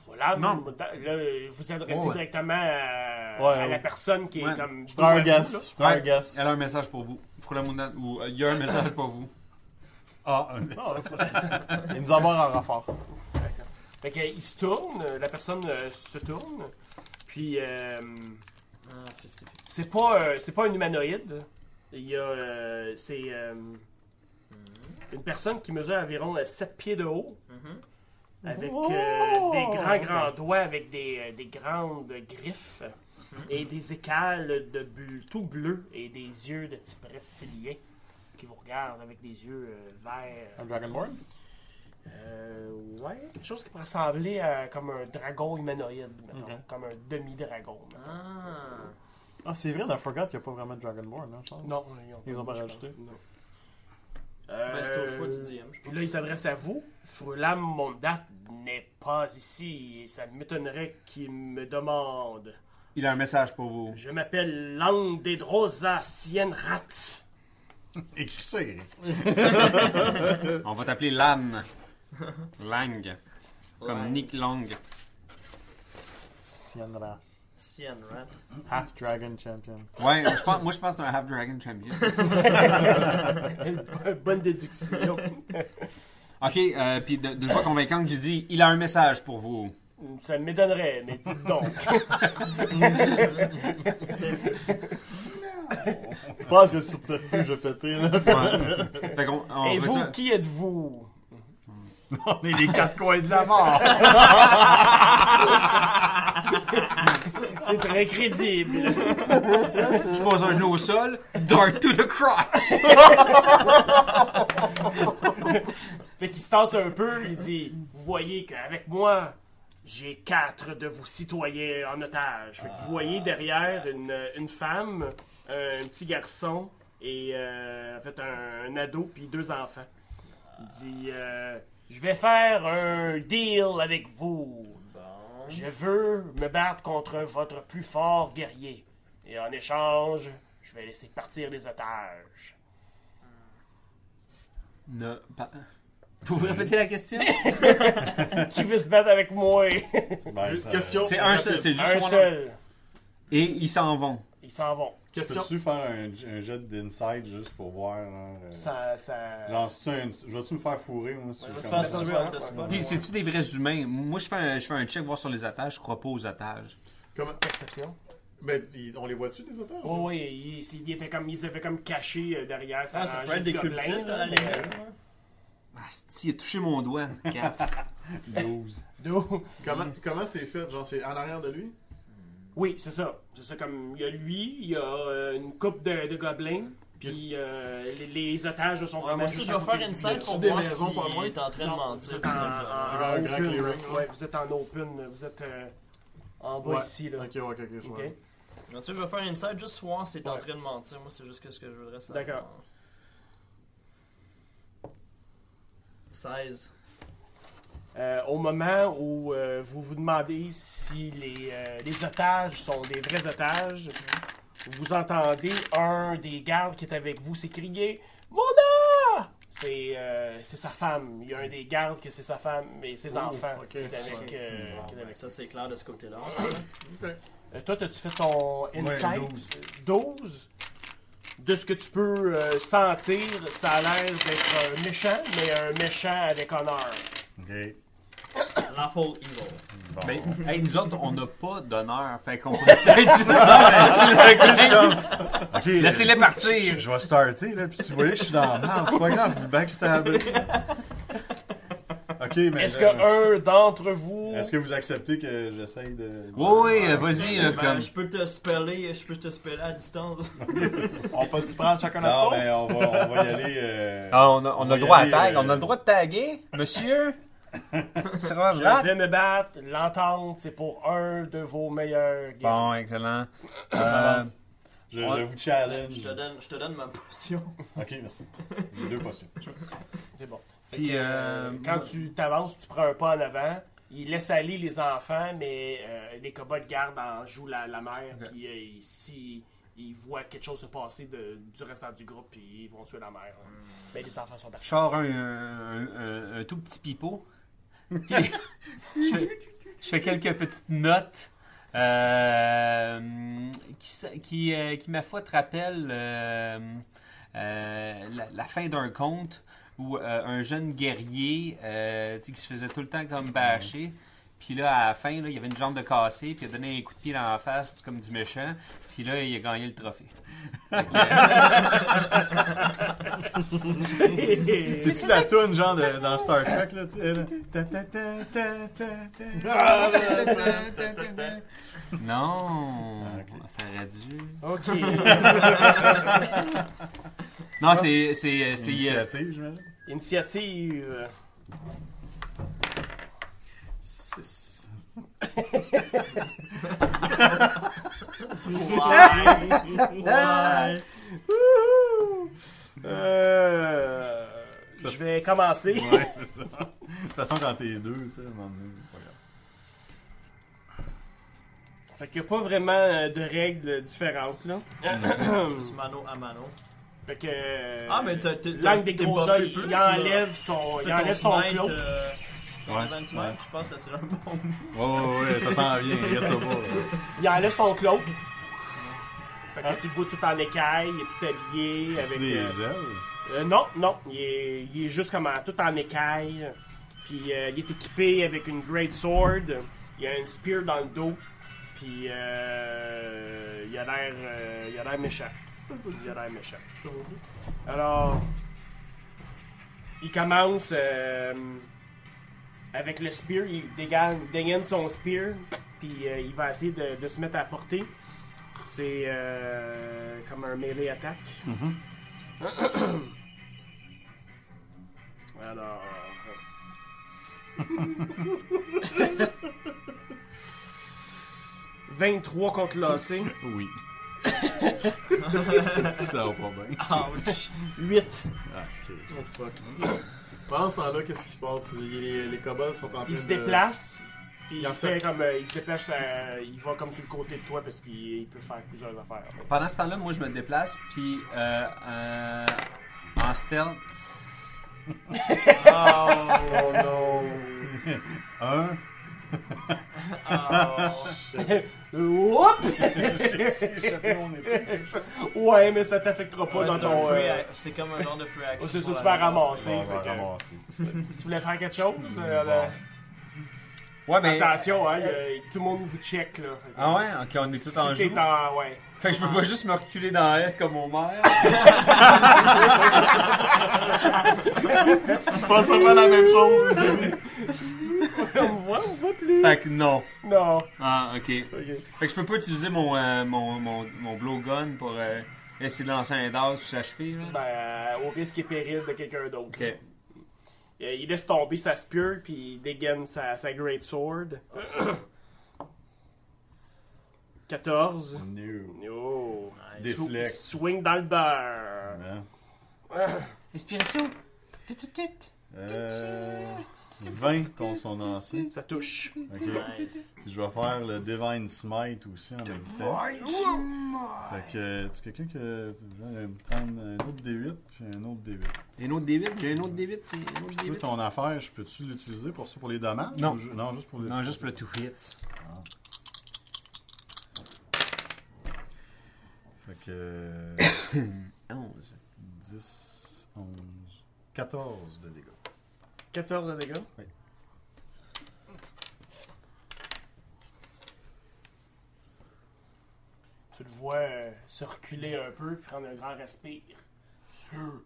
[SPEAKER 1] Froulam.
[SPEAKER 3] Non.
[SPEAKER 1] Mondat. Là, vous adressez
[SPEAKER 3] Ouais.
[SPEAKER 1] directement à,
[SPEAKER 2] Ouais,
[SPEAKER 1] à la
[SPEAKER 2] ouais.
[SPEAKER 1] personne qui
[SPEAKER 3] Ouais.
[SPEAKER 1] est comme.
[SPEAKER 2] Je prends un guess. Je prends un
[SPEAKER 3] Ouais.
[SPEAKER 2] guess.
[SPEAKER 3] Elle a un message pour vous. Froulam Mundad, ou euh, il y a un message pour vous.
[SPEAKER 5] Ah, un...
[SPEAKER 2] Ah, ouais, Foulan. Il nous envoie un renfort.
[SPEAKER 1] Fait que, il se tourne, la personne euh, se tourne, puis euh,
[SPEAKER 4] Ah, 50-50.
[SPEAKER 1] c'est pas euh, c'est pas un humanoïde. Il y a euh, c'est euh, une personne qui mesure environ 7 pieds de haut
[SPEAKER 4] Mhm.
[SPEAKER 1] avec
[SPEAKER 2] Oh!
[SPEAKER 1] euh, des grands grands doigts avec des, euh, des grandes griffes et des écales de bu- tout bleu et des yeux de type reptilien qui vous regardent avec des yeux euh, verts.
[SPEAKER 2] Un Dragonborn
[SPEAKER 1] Euh, ouais, quelque chose qui peut ressembler à comme un dragon humanoïde, mettons,
[SPEAKER 2] Ok.
[SPEAKER 1] comme un demi-dragon. mettons.
[SPEAKER 4] Ah.
[SPEAKER 2] Ah, c'est vrai, dans Forgot, il n'y a pas vraiment de Dragonborn, hein, je pense.
[SPEAKER 1] Non,
[SPEAKER 2] Ils ont pas
[SPEAKER 1] je
[SPEAKER 2] rajouté.
[SPEAKER 1] pense, non.
[SPEAKER 4] Ben, c'est au choix
[SPEAKER 1] Euh,
[SPEAKER 4] du DM, je
[SPEAKER 1] Puis
[SPEAKER 4] pense.
[SPEAKER 1] là, il s'adresse à vous. Frulam Mondat n'est pas ici et ça m'étonnerait qu'il me demande.
[SPEAKER 3] Il a un message pour vous.
[SPEAKER 1] Je m'appelle Lang des Drosa Sienrat.
[SPEAKER 5] Écris ça, Eric.
[SPEAKER 3] On va t'appeler Lan. Lang. Comme
[SPEAKER 4] Ouais.
[SPEAKER 3] Nick Lang.
[SPEAKER 2] Sienra.
[SPEAKER 4] Sian Rat.
[SPEAKER 2] Half Dragon Champion.
[SPEAKER 3] Ouais, je pense- moi je pense que c'est un Half Dragon Champion.
[SPEAKER 1] Bonne déduction.
[SPEAKER 3] Ok, euh, puis de- d'une fois convaincant que j'ai dit, il a un message pour vous.
[SPEAKER 1] ça m'étonnerait, mais dites donc.
[SPEAKER 2] Je pense que sur cette feu, je vais péter, là.
[SPEAKER 3] Ouais. fait qu'on on
[SPEAKER 1] et
[SPEAKER 3] fait
[SPEAKER 1] vous,
[SPEAKER 3] ça.
[SPEAKER 1] qui êtes-vous
[SPEAKER 5] On est les quatre coins de la mort.
[SPEAKER 1] C'est très crédible.
[SPEAKER 3] Je pose un genou au sol, dart to the crotch.
[SPEAKER 1] Fait qu'il se tasse un peu, il dit Vous voyez qu'avec moi, j'ai quatre de vos citoyens en otage. Fait que vous voyez derrière une, une femme, un petit garçon et euh, en fait un, un ado puis deux enfants. Il dit euh, Je vais faire un deal avec vous.
[SPEAKER 4] Bon.
[SPEAKER 1] Je veux me battre contre votre plus fort guerrier. Et en échange, je vais laisser partir les otages.
[SPEAKER 3] Ne pas. Vous pouvez répéter la question?
[SPEAKER 1] Qui veut se battre avec moi
[SPEAKER 5] Ben, ça-
[SPEAKER 2] Question.
[SPEAKER 3] C'est un seul, c'est juste
[SPEAKER 1] Un
[SPEAKER 3] one-
[SPEAKER 1] seul.
[SPEAKER 3] Et ils s'en vont.
[SPEAKER 1] Ils s'en vont.
[SPEAKER 2] Question.
[SPEAKER 5] Peux-tu faire un, un jet d'inside juste pour voir? Genre, euh,
[SPEAKER 1] Ça, ça...
[SPEAKER 5] genre c'est un, je vais-tu me faire fourrer? Moi, si
[SPEAKER 4] Ouais,
[SPEAKER 5] je
[SPEAKER 4] ça,
[SPEAKER 5] suis
[SPEAKER 4] ça,
[SPEAKER 5] comme
[SPEAKER 4] ça,
[SPEAKER 5] ça?
[SPEAKER 4] ça,
[SPEAKER 1] Ouais.
[SPEAKER 4] ça, ça, ça,
[SPEAKER 3] Puis
[SPEAKER 4] ça,
[SPEAKER 3] c'est-tu des vrais humains? Moi je fais un, je fais un check voir sur les attaches, je crois pas aux attaches.
[SPEAKER 2] Comment-
[SPEAKER 1] Perception.
[SPEAKER 2] Ben, ils- on les voit-tu, les otages?
[SPEAKER 1] Oui, oui, ils, ils étaient comme, ils avaient comme caché euh, derrière sa
[SPEAKER 4] Ah, ça
[SPEAKER 1] rangée
[SPEAKER 4] peut être des
[SPEAKER 1] de gobelins,
[SPEAKER 4] cultistes hein,
[SPEAKER 1] là,
[SPEAKER 4] à la
[SPEAKER 1] mais,
[SPEAKER 4] limite.
[SPEAKER 1] euh,
[SPEAKER 4] là.
[SPEAKER 3] Ah, si, il a touché mon doigt. Quatre.
[SPEAKER 5] 12.
[SPEAKER 1] d'où-
[SPEAKER 2] Comment comment c'est fait? Genre, c'est en arrière de lui?
[SPEAKER 1] Oui, c'est ça. C'est ça, comme, il y a lui, il y a euh, une coupe de, de gobelins, puis euh, les, les otages sont
[SPEAKER 4] Ouais,
[SPEAKER 1] vraiment
[SPEAKER 4] moi aussi,
[SPEAKER 1] juste
[SPEAKER 4] je
[SPEAKER 1] à
[SPEAKER 4] vais
[SPEAKER 1] côté
[SPEAKER 4] faire
[SPEAKER 1] de
[SPEAKER 4] une
[SPEAKER 1] lui.
[SPEAKER 4] scène pour
[SPEAKER 2] des
[SPEAKER 4] voir
[SPEAKER 2] maisons pas
[SPEAKER 4] s'il
[SPEAKER 2] loin?
[SPEAKER 4] est en train de
[SPEAKER 1] Non,
[SPEAKER 4] mentir.
[SPEAKER 1] vous
[SPEAKER 4] tout
[SPEAKER 1] êtes en,
[SPEAKER 4] simplement.
[SPEAKER 1] en-
[SPEAKER 2] Il y a un
[SPEAKER 1] en
[SPEAKER 2] grand
[SPEAKER 1] open,
[SPEAKER 2] clearing,
[SPEAKER 1] là.
[SPEAKER 2] là.
[SPEAKER 1] Ouais, vous êtes en open, là. vous êtes euh, en bas
[SPEAKER 2] Ouais.
[SPEAKER 1] ici, là.
[SPEAKER 2] Ok, ouais, ok, ok, je vois.
[SPEAKER 1] Ok.
[SPEAKER 4] Mais Tu sais, je vais faire une scène juste voir s'il est en
[SPEAKER 1] Ouais.
[SPEAKER 4] train de mentir. Moi, c'est juste que ce que je voudrais savoir.
[SPEAKER 1] D'accord.
[SPEAKER 4] 16.
[SPEAKER 1] Euh, au moment où euh, vous vous demandez si les, euh, les otages sont des vrais otages, vous entendez un des gardes qui est avec vous s'écrier Monda c'est euh, c'est sa femme. Il y a un des gardes que c'est sa femme et ses
[SPEAKER 2] Oh,
[SPEAKER 1] enfants
[SPEAKER 2] ok.
[SPEAKER 1] qui est avec.
[SPEAKER 2] Ouais.
[SPEAKER 1] euh, qui est avec ça.
[SPEAKER 4] Ça, c'est clair de ce côté-là.
[SPEAKER 2] Ok.
[SPEAKER 1] Euh, toi, as-tu fait ton insight
[SPEAKER 5] 12.
[SPEAKER 1] 12. De ce que tu peux euh, sentir, ça a l'air d'être un méchant, mais un méchant avec honneur.
[SPEAKER 5] Ok.
[SPEAKER 4] Lawful Evil.
[SPEAKER 5] Bon.
[SPEAKER 3] Ben, hey, nous autres, on n'a pas d'honneur, fait qu'on peut peut-être juste ça.
[SPEAKER 5] Ok,
[SPEAKER 3] Laissez-les
[SPEAKER 5] euh,
[SPEAKER 3] partir.
[SPEAKER 5] Je, je vais starter, là, puis si vous voyez que je suis dans la merde, c'est pas grave, vous backstabbez. Ok, mais.
[SPEAKER 1] Est-ce
[SPEAKER 5] là,
[SPEAKER 1] que un d'entre vous.
[SPEAKER 5] Est-ce que vous acceptez que j'essaye de.
[SPEAKER 3] Oui, oui, euh, vas-y, là,
[SPEAKER 4] Ben,
[SPEAKER 3] comme.
[SPEAKER 4] Je peux te speller, je peux te speller à distance.
[SPEAKER 2] On peut tu prendre chacun notre
[SPEAKER 5] Non,
[SPEAKER 2] tour?
[SPEAKER 5] mais on va, on va y aller. euh,
[SPEAKER 3] Ah, on a, on
[SPEAKER 5] on
[SPEAKER 3] a
[SPEAKER 5] va
[SPEAKER 3] le
[SPEAKER 5] y
[SPEAKER 3] droit à
[SPEAKER 5] aller,
[SPEAKER 3] tag.
[SPEAKER 5] euh,
[SPEAKER 3] On a le droit de taguer, monsieur. C'est vraiment
[SPEAKER 1] Je
[SPEAKER 3] vrai.
[SPEAKER 1] vais me battre. L'entente, c'est pour un de vos meilleurs gars.
[SPEAKER 3] Bon, excellent. Euh,
[SPEAKER 5] Je,
[SPEAKER 3] on-
[SPEAKER 5] je vous
[SPEAKER 4] je,
[SPEAKER 5] challenge.
[SPEAKER 4] te donne, je te donne ma potion.
[SPEAKER 5] Ok, merci. J'ai deux potions.
[SPEAKER 1] C'est bon. Fait
[SPEAKER 3] Puis,
[SPEAKER 1] que, euh,
[SPEAKER 3] euh,
[SPEAKER 1] quand
[SPEAKER 3] moi-
[SPEAKER 1] tu t'avances, tu prends un pas en avant. Il laisse aller les enfants, mais euh, les kobolds gardent en joue la, la mère.
[SPEAKER 3] Ok.
[SPEAKER 1] Puis, euh, ils- si ils voient quelque chose se passer de- du restant du groupe, puis ils vont tuer la mère. hein.
[SPEAKER 3] Hmm.
[SPEAKER 1] Mais les enfants sont
[SPEAKER 3] je
[SPEAKER 1] partis.
[SPEAKER 3] sors un, un- un- un tout petit pipeau. Puis, je, fais- je fais quelques petites notes euh, qui, sa- qui, euh, qui, ma foi, te rappellent euh, euh, la, la fin d'un conte où euh, un jeune guerrier euh, tu sais, qui se faisait tout le temps comme bâcher. Puis là, à la fin, là, il y avait une jambe de cassée, puis il a donné un coup de pied dans la face, tu sais, comme du méchant. Puis là, il a gagné le trophée.
[SPEAKER 5] C'est-tu la toune, genre, de- dans Star Trek, là, tu sais? là? Ta, ta, ta, ta, ta, ta.
[SPEAKER 3] Non,
[SPEAKER 5] Ah, ok.
[SPEAKER 3] ça aurait dû.
[SPEAKER 1] ok.
[SPEAKER 3] Non, c'est. c'est, c'est euh,
[SPEAKER 5] Initiative, j'imagine.
[SPEAKER 1] Initiative.
[SPEAKER 5] 6.
[SPEAKER 4] Ouais.
[SPEAKER 1] Euh, je vais commencer.
[SPEAKER 5] Ouais, c'est ça. De toute façon, quand t'es deux, tu sais, à un moment donné, c'est pas grave.
[SPEAKER 1] Fait qu'il n'y a pas vraiment euh, de règles différentes, là.
[SPEAKER 4] Plus mano à mano.
[SPEAKER 1] Fait que. euh,
[SPEAKER 4] Ah, mais t'as- t'as-
[SPEAKER 1] Langue des
[SPEAKER 4] t'es
[SPEAKER 1] gros
[SPEAKER 4] buffé
[SPEAKER 1] oeils,
[SPEAKER 4] plus,
[SPEAKER 1] il
[SPEAKER 4] là.
[SPEAKER 1] enlève son,
[SPEAKER 4] Tu
[SPEAKER 1] il
[SPEAKER 4] fais ton
[SPEAKER 1] enlève son
[SPEAKER 4] smite,
[SPEAKER 1] clone.
[SPEAKER 4] euh, ton
[SPEAKER 5] Ouais,
[SPEAKER 4] advance smite,
[SPEAKER 5] ouais.
[SPEAKER 4] je pense que c'est un bon
[SPEAKER 5] Ouais, ouais, ouais, ça s'en vient, regarde-toi pas. là.
[SPEAKER 1] Il enlève son clope. Fait
[SPEAKER 4] Hein?
[SPEAKER 1] que tu le vois tout en écaille, il est tout habillé.
[SPEAKER 5] As-tu
[SPEAKER 1] Avec,
[SPEAKER 5] des
[SPEAKER 1] euh,
[SPEAKER 5] ailes?
[SPEAKER 1] euh, non, non, il est, il est juste comme en- tout en écaille. Puis euh, il est équipé avec une great sword. Il a une spear dans le dos. Puis euh, il a l'air, euh, il a l'air méchant. Il a l'air méchant. Alors, il commence euh, avec le spear, il dégaine, dégaine son spear, puis euh, il va essayer de, de se mettre à portée. C'est euh, comme un melee attaque. Alors. euh. 23 contre l'AC,
[SPEAKER 5] Oui. ça va pas bien.
[SPEAKER 4] Ouch.
[SPEAKER 1] 8
[SPEAKER 5] Ah, ok.
[SPEAKER 2] Oh, fuck. Pendant ce temps-là, qu'est-ce qui se passe? Les, les kobolds sont en train
[SPEAKER 1] Il se
[SPEAKER 2] de-
[SPEAKER 1] déplace. Puis il,
[SPEAKER 2] Il en
[SPEAKER 1] fait
[SPEAKER 2] sort.
[SPEAKER 1] comme, euh, il se déplace, euh, il va comme sur le côté de toi parce qu'il il peut faire plusieurs affaires.
[SPEAKER 3] pendant ce temps-là, moi, je me déplace, puis euh, euh, en stealth.
[SPEAKER 2] Oh non!
[SPEAKER 5] Un.
[SPEAKER 1] Oups!
[SPEAKER 5] Échappé mon épée.
[SPEAKER 1] Ouais, mais ça t'affectera pas
[SPEAKER 4] Ouais,
[SPEAKER 1] dans
[SPEAKER 4] c'est un hein.
[SPEAKER 1] ton.
[SPEAKER 4] free
[SPEAKER 1] euh,
[SPEAKER 4] act- C'était comme un genre de free action.
[SPEAKER 1] oh, c'est ça,
[SPEAKER 4] pour
[SPEAKER 1] tu vas
[SPEAKER 4] la
[SPEAKER 1] ramasser.
[SPEAKER 4] ramasser.
[SPEAKER 5] Bon, on va
[SPEAKER 1] fait que-
[SPEAKER 5] ramasser.
[SPEAKER 1] tu voulais faire quelque chose? Euh, là-
[SPEAKER 3] Ouais, mais.
[SPEAKER 1] Attention, hein, il y a- tout le monde vous check là. Fait que-
[SPEAKER 3] Ben, Ah ouais, ok, on est tout en
[SPEAKER 1] si
[SPEAKER 3] jeu.
[SPEAKER 1] t'es en. Ouais.
[SPEAKER 3] Fait que je peux pas juste me reculer dans l'air comme au maire.
[SPEAKER 5] Je pense pas la même chose.
[SPEAKER 1] on me voit, on me voit plus.
[SPEAKER 3] fait que non.
[SPEAKER 1] Non.
[SPEAKER 3] Ah, ok. Fait que je peux pas utiliser mon, euh, mon, mon, mon blowgun pour euh, essayer de lancer un dard sur sa cheville, là.
[SPEAKER 1] Ben, euh, au risque et péril de quelqu'un d'autre.
[SPEAKER 3] Ok.
[SPEAKER 1] là. Euh, il laisse tomber sa spear, puis il dégaine sa, sa great sword. 14.
[SPEAKER 5] New.
[SPEAKER 1] Oh.
[SPEAKER 5] Des
[SPEAKER 1] Sw-
[SPEAKER 5] flecs.
[SPEAKER 1] Swing dans le beurre.
[SPEAKER 5] Hein?
[SPEAKER 3] Inspiration. Tut, tut, tut.
[SPEAKER 5] Euh, 20 ton son lancé.
[SPEAKER 1] Ça touche.
[SPEAKER 5] Ok. Puis je vais faire le Divine Smite aussi en même temps. Fait que, c'est quelqu'un que tu veux euh, prendre un autre D8 puis un autre D8.
[SPEAKER 3] J'ai un autre D8, j'ai un autre D8, c'est un autre
[SPEAKER 5] Toi,
[SPEAKER 3] D8.
[SPEAKER 5] ton affaire, je peux-tu l'utiliser pour ça, pour les dommages?
[SPEAKER 3] Non.
[SPEAKER 5] Ou ju- non, juste pour les
[SPEAKER 3] Non, juste pour le two hits.
[SPEAKER 5] Fait que
[SPEAKER 3] 11.
[SPEAKER 5] 10, 11, 14 de dégâts.
[SPEAKER 1] 14 de dégâts. Tu le vois euh, se reculer un peu, puis prendre un grand respire.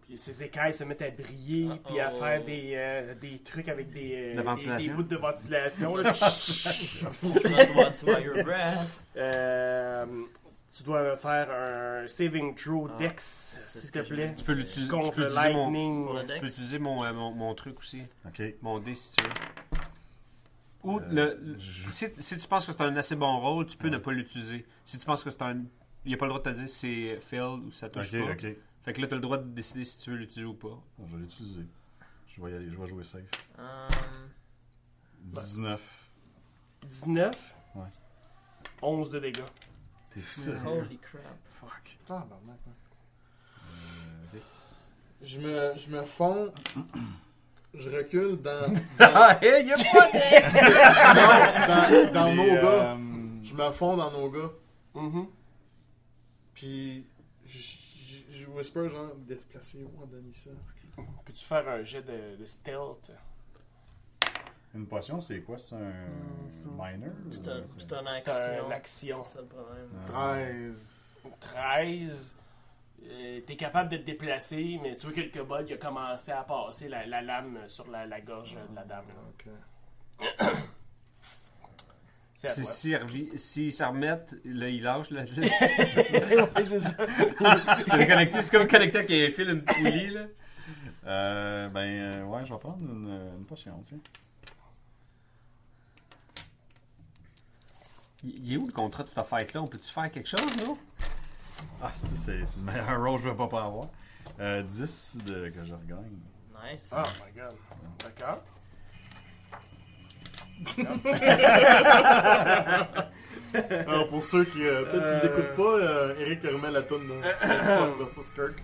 [SPEAKER 1] Puis ses écailles se mettent à briller, puis à
[SPEAKER 4] Uh-oh.
[SPEAKER 1] faire des, euh, des trucs avec des, euh,
[SPEAKER 3] La
[SPEAKER 1] des- des,
[SPEAKER 3] ventilation.
[SPEAKER 1] bouts de ventilation. là.
[SPEAKER 4] That's what's by your breath.
[SPEAKER 1] Euh, tu dois faire un saving throw
[SPEAKER 4] Ah,
[SPEAKER 1] Dex,
[SPEAKER 4] c'est
[SPEAKER 1] s'il
[SPEAKER 4] ce
[SPEAKER 1] te
[SPEAKER 4] que je
[SPEAKER 1] plaît.
[SPEAKER 4] me dis.
[SPEAKER 3] Tu peux l'utiliser. Tu
[SPEAKER 1] Contre
[SPEAKER 3] peux
[SPEAKER 1] le
[SPEAKER 3] utiliser mon,
[SPEAKER 1] lightning.
[SPEAKER 4] Pour le
[SPEAKER 3] tu peux
[SPEAKER 4] dex.
[SPEAKER 3] utiliser mon, euh, mon, mon truc aussi.
[SPEAKER 5] Ok.
[SPEAKER 3] Mon dé si tu veux. Ou
[SPEAKER 5] Euh,
[SPEAKER 3] le, le-
[SPEAKER 5] je-
[SPEAKER 3] si, si tu penses que c'est un assez bon rôle, tu peux
[SPEAKER 5] Ouais.
[SPEAKER 3] ne pas l'utiliser. Si tu penses que c'est un. Il n'y a pas le droit de te dire si c'est fail ou ça touche
[SPEAKER 5] Ok,
[SPEAKER 3] pas.
[SPEAKER 5] ok.
[SPEAKER 3] Fait que là, tu as le droit de décider si tu veux l'utiliser ou pas.
[SPEAKER 5] Bon, je vais l'utiliser. Je vais y aller, je vais jouer safe.
[SPEAKER 4] Um,
[SPEAKER 3] Ben,
[SPEAKER 5] 19.
[SPEAKER 1] 19.
[SPEAKER 5] Ouais.
[SPEAKER 1] 11 de dégâts.
[SPEAKER 5] T'es sérieux?
[SPEAKER 4] holy crap.
[SPEAKER 2] Fuck. Tabarnak, ouais.
[SPEAKER 5] Euh, ok.
[SPEAKER 2] Je me, je me fonds. Je recule dans,
[SPEAKER 3] Ah, hey, y a pas
[SPEAKER 2] dans, dans
[SPEAKER 5] Les,
[SPEAKER 2] nos gars.
[SPEAKER 5] euh,
[SPEAKER 2] Je me fonds dans nos gars.
[SPEAKER 1] Mhm.
[SPEAKER 2] Puis je, je- je whisper genre déplacez-vous en demi-cercle.
[SPEAKER 1] Peux-tu faire un jet de, de stealth?
[SPEAKER 5] Une potion, c'est quoi? C'est un
[SPEAKER 2] c'est un-
[SPEAKER 5] miner?
[SPEAKER 4] C'est un, c'est un
[SPEAKER 1] C'est un
[SPEAKER 4] action.
[SPEAKER 1] action.
[SPEAKER 4] C'est ça le problème.
[SPEAKER 5] Ah.
[SPEAKER 2] 13.
[SPEAKER 1] 13. Euh, T'es capable de te déplacer, mais tu vois que le kobold il a commencé à passer la, la lame sur la, la gorge de la dame. là.
[SPEAKER 2] Ok.
[SPEAKER 1] C'est à
[SPEAKER 3] Si,
[SPEAKER 1] toi.
[SPEAKER 3] si, revi- s'ils s'en remettent, là, ils lâchent. Là,
[SPEAKER 1] Ouais, c'est ça.
[SPEAKER 3] T'es connecté- c'est comme connecté avec un fil, une poulie. Là.
[SPEAKER 5] Euh, ben, euh, ouais, je vais prendre une, euh, une potion, tiens.
[SPEAKER 3] Il il est où le contrat de cette affaire-là? On peut-tu faire quelque chose, non?
[SPEAKER 5] Ah, c'est- c'est c'est le meilleur rôle que je vais pas pas avoir. Euh, 10 de, que je regagne.
[SPEAKER 4] Nice.
[SPEAKER 1] Oh my god. D'accord.
[SPEAKER 2] Alors pour ceux qui euh, peut-être
[SPEAKER 1] Euh.
[SPEAKER 2] qui n'écoutent pas, euh, Eric remet la toune de Spock versus Kirk.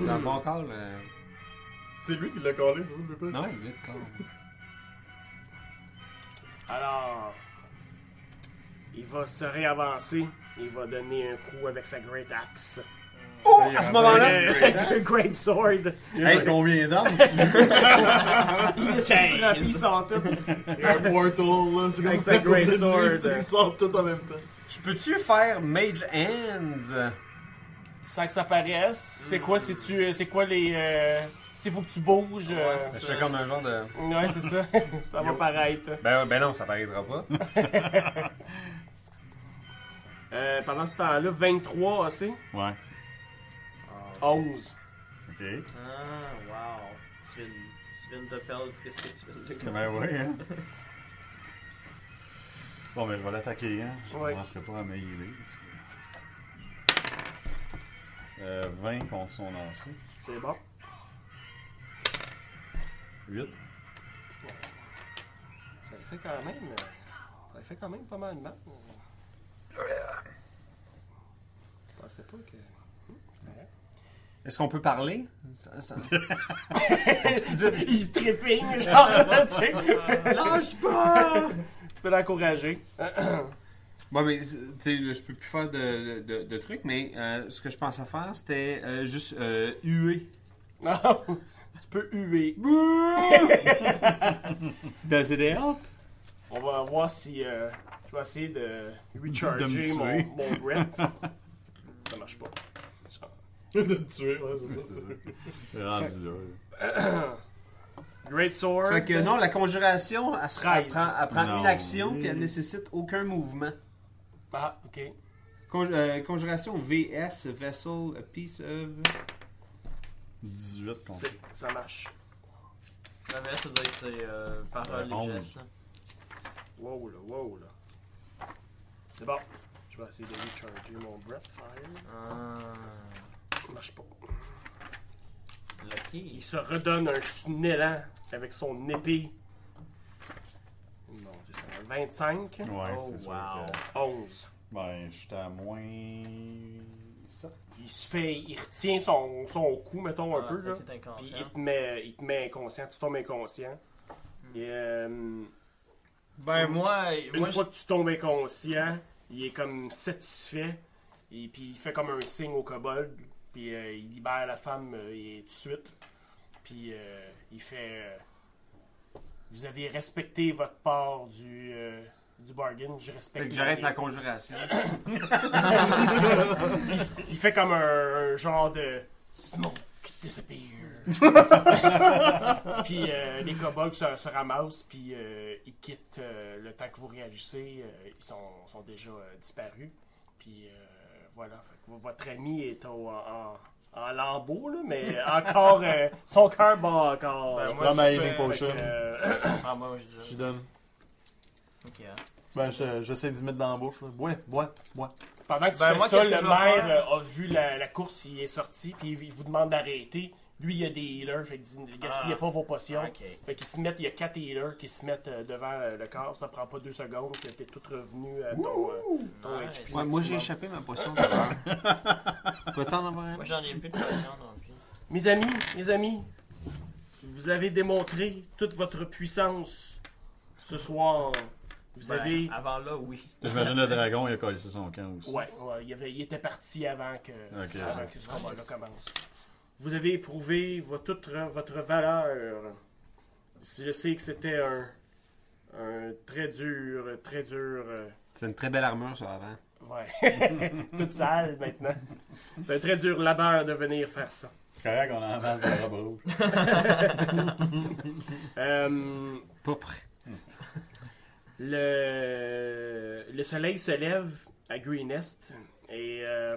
[SPEAKER 3] Dans le bon corps, là.
[SPEAKER 2] C'est lui qui l'a collé, c'est ça le plus
[SPEAKER 3] Non, il est corps.
[SPEAKER 1] Alors, il va se réavancer. Il va donner un coup avec sa Great Axe.
[SPEAKER 3] Oh, à ce moment-là!
[SPEAKER 1] Euh, great Sword.
[SPEAKER 5] Hey, combien d'armes? tu-
[SPEAKER 1] Les rapis sont tous.
[SPEAKER 2] Il y a un portal là, c'est comme
[SPEAKER 1] Avec
[SPEAKER 2] ça
[SPEAKER 1] sa great
[SPEAKER 2] côté de lui,
[SPEAKER 1] sword.
[SPEAKER 2] tu sais, Ils sortent tout en même temps.
[SPEAKER 3] Je peux-tu faire Mage Hands?
[SPEAKER 1] Sans que ça paraisse. C'est quoi, si tu, euh, c'est quoi les. euh, S'il faut que tu bouges. euh,
[SPEAKER 4] Ouais,
[SPEAKER 3] Je fais comme un genre de.
[SPEAKER 1] Ouais, c'est ça. ça va paraître.
[SPEAKER 3] Ben, ben non, ça paraîtra pas.
[SPEAKER 1] Euh, pendant ce temps-là, 23 AC,
[SPEAKER 5] Ouais,
[SPEAKER 1] 11.
[SPEAKER 5] ok.
[SPEAKER 4] Ah, wow. Tu viens, tu viens de perdre. Qu'est-ce que tu viens de gagner?
[SPEAKER 5] Ben ouais, hein. Bon, ben, je vais l'attaquer, hein. Je ne
[SPEAKER 1] Ouais.
[SPEAKER 5] commencerai pas à m'aider. parce que- Euh, 20 contre son lancé.
[SPEAKER 1] C'est bon.
[SPEAKER 5] 8.
[SPEAKER 1] Ça le fait quand même. euh, Ça le fait quand même pas mal de mal. Je pensais pas que.
[SPEAKER 3] Est-ce qu'on peut parler? Ça- ça-
[SPEAKER 1] Il se trépigne, genre, tu sais.
[SPEAKER 3] Lâche pas!
[SPEAKER 1] Tu peux l'encourager.
[SPEAKER 3] Bon, mais c'est- tu sais, là, je peux plus faire de, de- de trucs, mais euh, ce que je pensais faire, c'était euh, juste euh, huer.
[SPEAKER 1] Non, tu peux huer.
[SPEAKER 3] Does it help?
[SPEAKER 1] On va voir si. euh, je vais essayer de recharger
[SPEAKER 5] De me
[SPEAKER 1] mon,
[SPEAKER 5] tuer.
[SPEAKER 1] mon breath. Ça marche pas.
[SPEAKER 2] de me tuer, ouais, c'est ça.
[SPEAKER 5] C'est
[SPEAKER 2] c'est-
[SPEAKER 5] C'est rendu là.
[SPEAKER 1] Great Sword.
[SPEAKER 3] Fait que non, la conjuration, elle, se- elle
[SPEAKER 1] Treize.
[SPEAKER 3] prend, elle prend
[SPEAKER 5] Non.
[SPEAKER 3] une action puis elle nécessite aucun mouvement.
[SPEAKER 1] Ah, ok.
[SPEAKER 3] Conj- euh, conjuration VS, vessel, a piece of.
[SPEAKER 5] 18 contre.
[SPEAKER 1] C'est- Ça marche.
[SPEAKER 4] La VS, ça veut dire que c'est euh, parole
[SPEAKER 5] Euh,
[SPEAKER 4] et
[SPEAKER 5] onze.
[SPEAKER 4] geste. là.
[SPEAKER 1] Wow là, wow là. C'est bon. Je vais essayer de recharger mon breath fire.
[SPEAKER 4] Ah.
[SPEAKER 1] Ça marche pas.
[SPEAKER 4] Lucky.
[SPEAKER 1] Il se redonne un s- élan avec son épée. Mon Dieu, ça va. 25,
[SPEAKER 5] Ouais,
[SPEAKER 4] Oh,
[SPEAKER 5] c'est sûr
[SPEAKER 4] wow.
[SPEAKER 5] que...
[SPEAKER 1] 11.
[SPEAKER 5] Ben, j'étais à moins 7.
[SPEAKER 1] Il se fait, il retient son, son cou, mettons, un
[SPEAKER 4] Ah,
[SPEAKER 1] peu,
[SPEAKER 4] fait
[SPEAKER 1] là.
[SPEAKER 4] qu'il est
[SPEAKER 1] Puis
[SPEAKER 4] inconscient.
[SPEAKER 1] il te, met, il te met inconscient, tu tombes inconscient.
[SPEAKER 4] Hmm.
[SPEAKER 1] Et, euh,
[SPEAKER 4] Ben, moi,
[SPEAKER 1] une
[SPEAKER 4] moi,
[SPEAKER 1] fois que tu tombes inconscient, il est comme satisfait. Et puis il fait comme un signe au kobold. Puis euh, il libère la femme euh, et tout de suite. Puis euh, il fait euh, Vous avez respecté votre part du, euh, du bargain. Je respecte.
[SPEAKER 3] Fait que j'arrête
[SPEAKER 1] le
[SPEAKER 3] ma
[SPEAKER 1] bargain.
[SPEAKER 3] conjuration.
[SPEAKER 1] Il fait comme un, un genre de smoke disappear. puis euh, les kobolds se, se ramassent, puis euh, ils quittent euh, le temps que vous réagissez. euh, ils sont, sont déjà euh, disparus. Puis euh, voilà, Fait que vo- votre ami est au- en, en, en lambeau, là, mais encore euh, son cœur bat encore.
[SPEAKER 4] Ben,
[SPEAKER 1] Fait
[SPEAKER 4] moi,
[SPEAKER 5] Dans ma
[SPEAKER 4] je
[SPEAKER 5] healing
[SPEAKER 1] que,
[SPEAKER 4] fais-
[SPEAKER 5] potion,
[SPEAKER 1] euh,
[SPEAKER 4] je- Ah, moi, je-
[SPEAKER 5] je donne.
[SPEAKER 4] ok, hein.
[SPEAKER 5] Ben, je- j'essaie d'y mettre dans la bouche. là. Bois, bois, bois.
[SPEAKER 1] pendant que tu
[SPEAKER 4] Ben,
[SPEAKER 1] fais
[SPEAKER 4] moi,
[SPEAKER 1] ça,
[SPEAKER 4] qu'est-ce
[SPEAKER 1] le
[SPEAKER 4] que je vais
[SPEAKER 1] maire
[SPEAKER 4] faire?
[SPEAKER 1] euh, a vu la, la course, il est sorti, puis il vous demande d'arrêter. Lui, il y a des healers, fait que dis- gaspillez
[SPEAKER 4] Ah.
[SPEAKER 1] pas vos potions.
[SPEAKER 4] Ok.
[SPEAKER 1] Fait qu'ils se mettent, il y a quatre healers qui se mettent euh, devant euh, le corps, ça prend pas deux secondes, que t'es tout revenu à ton, euh, ton
[SPEAKER 4] Nice.
[SPEAKER 1] HP.
[SPEAKER 3] Ouais, moi, j'ai échappé ma potion de l'heure. Peux-tu en avoir
[SPEAKER 4] Moi,
[SPEAKER 3] une?
[SPEAKER 4] j'en ai plus de potion non plus.
[SPEAKER 1] Mes amis, mes amis, vous avez démontré toute votre puissance ce soir. Vous
[SPEAKER 4] Ben,
[SPEAKER 1] avez.
[SPEAKER 4] Avant là, oui.
[SPEAKER 5] J'imagine le dragon, il a collé son camp aussi.
[SPEAKER 1] Ouais, Ah. ouais, il, avait- il était parti avant que,
[SPEAKER 5] Ok.
[SPEAKER 1] avant que ce combat-là
[SPEAKER 4] Ah, Nice.
[SPEAKER 1] commence. Vous avez éprouvé vo- toute re- votre valeur. Si Je sais que c'était un, un très dur, très dur. euh,
[SPEAKER 3] C'est une très belle armure, ça, avant.
[SPEAKER 1] Ouais. Toute sale maintenant. C'est un très dur labeur de venir faire ça.
[SPEAKER 5] C'est correct, on a en masse de robe rouge.
[SPEAKER 1] Euh,
[SPEAKER 3] Poupre.
[SPEAKER 1] le... le soleil se lève à Greenest et euh,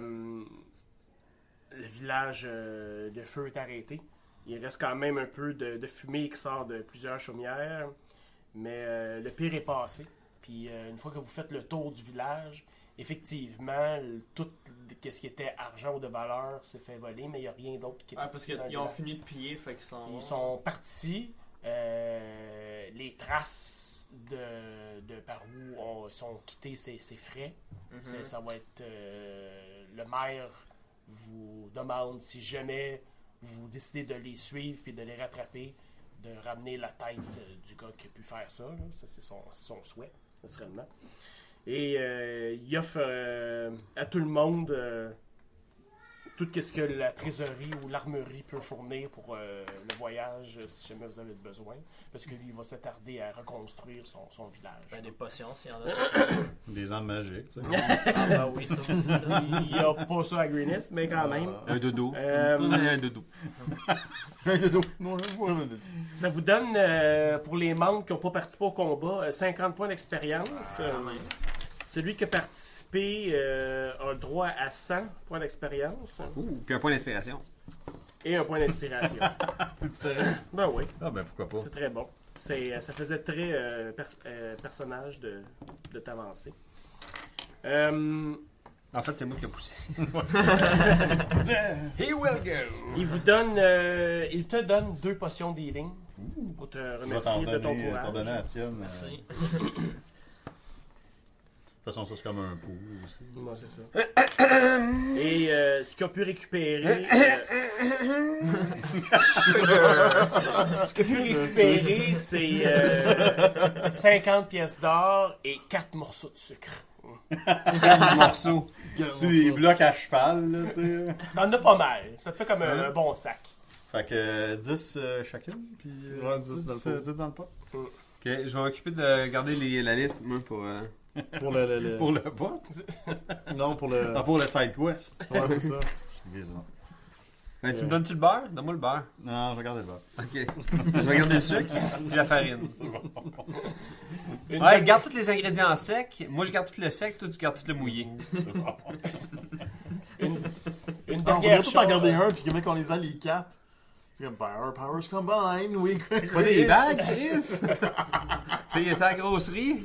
[SPEAKER 1] le village euh, de feu est arrêté. Il reste quand même un peu de, de fumée qui sort de plusieurs chaumières, mais euh, le pire est passé. Puis euh, une fois que vous faites le tour du village, effectivement, le- tout ce qui était argent ou de valeur s'est fait voler, mais il n'y a rien d'autre qui est
[SPEAKER 4] Ah, parce
[SPEAKER 1] dans le
[SPEAKER 4] qu'ils ont
[SPEAKER 1] village.
[SPEAKER 4] fini de piller, fait qu'ils sont.
[SPEAKER 1] Ils sont partis. euh, les traces de, de par où ont- sont quittés ces, ces frais,
[SPEAKER 4] Mhm.
[SPEAKER 1] C'est- ça va être euh, le maire vous demande si jamais vous décidez de les suivre puis de les rattraper, de ramener la tête euh, du gars qui a pu faire ça. là. Ça, c'est son, c'est son souhait, naturellement. Et euh, il offre euh, à tout le monde euh, tout ce que la trésorerie ou l'armurerie peut fournir pour euh, le voyage, euh, si jamais vous en avez besoin. Parce que lui, il va s'attarder à reconstruire son, son village.
[SPEAKER 4] Ben, des potions, s'il y en a. ça.
[SPEAKER 5] Des armes magiques, tu sais.
[SPEAKER 4] ah, ben oui, ça aussi. là.
[SPEAKER 1] il n'y a pas ça à Greenest, mais quand même.
[SPEAKER 3] Un dodo.
[SPEAKER 1] Euh,
[SPEAKER 3] Tout donner un dodo.
[SPEAKER 5] Non, je vois, mais-
[SPEAKER 1] Ça vous donne, euh, pour les membres qui n'ont pas participé au combat, euh, 50 points d'expérience.
[SPEAKER 5] Ah,
[SPEAKER 1] Euh, celui qui a participé euh, a le droit à 100 points d'expérience
[SPEAKER 3] Ouh, puis un point d'inspiration.
[SPEAKER 1] et un point d'inspiration.
[SPEAKER 5] T'es sérieux?
[SPEAKER 1] ben oui,
[SPEAKER 5] Ah, ben pourquoi pas.
[SPEAKER 1] c'est très bon. C'est, euh, ça faisait très euh, per- euh, personnage de, de t'avancer. Euh,
[SPEAKER 3] En fait, c'est moi qui l'ai poussé.
[SPEAKER 1] il vous donne, euh, il te donne deux potions d'healing pour te
[SPEAKER 5] Je vais t'en
[SPEAKER 1] remercier de ton
[SPEAKER 5] donner, euh, t'en donner à
[SPEAKER 1] courage.
[SPEAKER 5] la tienne. euh, De
[SPEAKER 4] Merci.
[SPEAKER 5] toute façon, ça c'est comme un pool aussi.
[SPEAKER 1] Ouais, c'est ça. Et euh, ce qu'ils ont pu récupérer. euh, ce qu'ils ont pu récupérer, c'est euh, 50 pièces d'or et 4 morceaux de sucre.
[SPEAKER 3] morceau.
[SPEAKER 5] Tu sais, des blocs à cheval, là, tu sais.
[SPEAKER 1] T'en as pas mal. Ça te fait comme un,
[SPEAKER 5] Hein?
[SPEAKER 1] un bon sac.
[SPEAKER 5] Fait que euh, 10 euh, chacune, puis euh,
[SPEAKER 2] Ouais, 10 dans le
[SPEAKER 5] 10
[SPEAKER 2] pot.
[SPEAKER 5] euh, 10 dans le pot.
[SPEAKER 3] Ok, je vais m'occuper de garder les- la liste, moi, pour. euh,
[SPEAKER 2] Pour le, le- le-
[SPEAKER 5] Pour le pot?
[SPEAKER 2] Non, pour Ah, le.
[SPEAKER 5] Ah, pour le side quest.
[SPEAKER 2] Ouais, c'est ça.
[SPEAKER 3] Ben, tu me donnes-tu le beurre Donne-moi le beurre.
[SPEAKER 5] Non, je regarde le pot.
[SPEAKER 3] Ok. je vais garder le sucre, puis la farine.
[SPEAKER 1] Une
[SPEAKER 3] Ouais,
[SPEAKER 1] bonne-
[SPEAKER 3] garde tous les ingrédients secs. Moi, je garde tout le sec, toi, tu gardes tout le mouillé.
[SPEAKER 1] une
[SPEAKER 2] Ah, on voudrait
[SPEAKER 1] dernière
[SPEAKER 2] tout en
[SPEAKER 1] chose.
[SPEAKER 2] garder un, puis comment qu'on les a les quatre. C'est comme Power Powers Combine, oui.
[SPEAKER 3] Pas des bagues, Chris! tu sais, c'est la grosserie.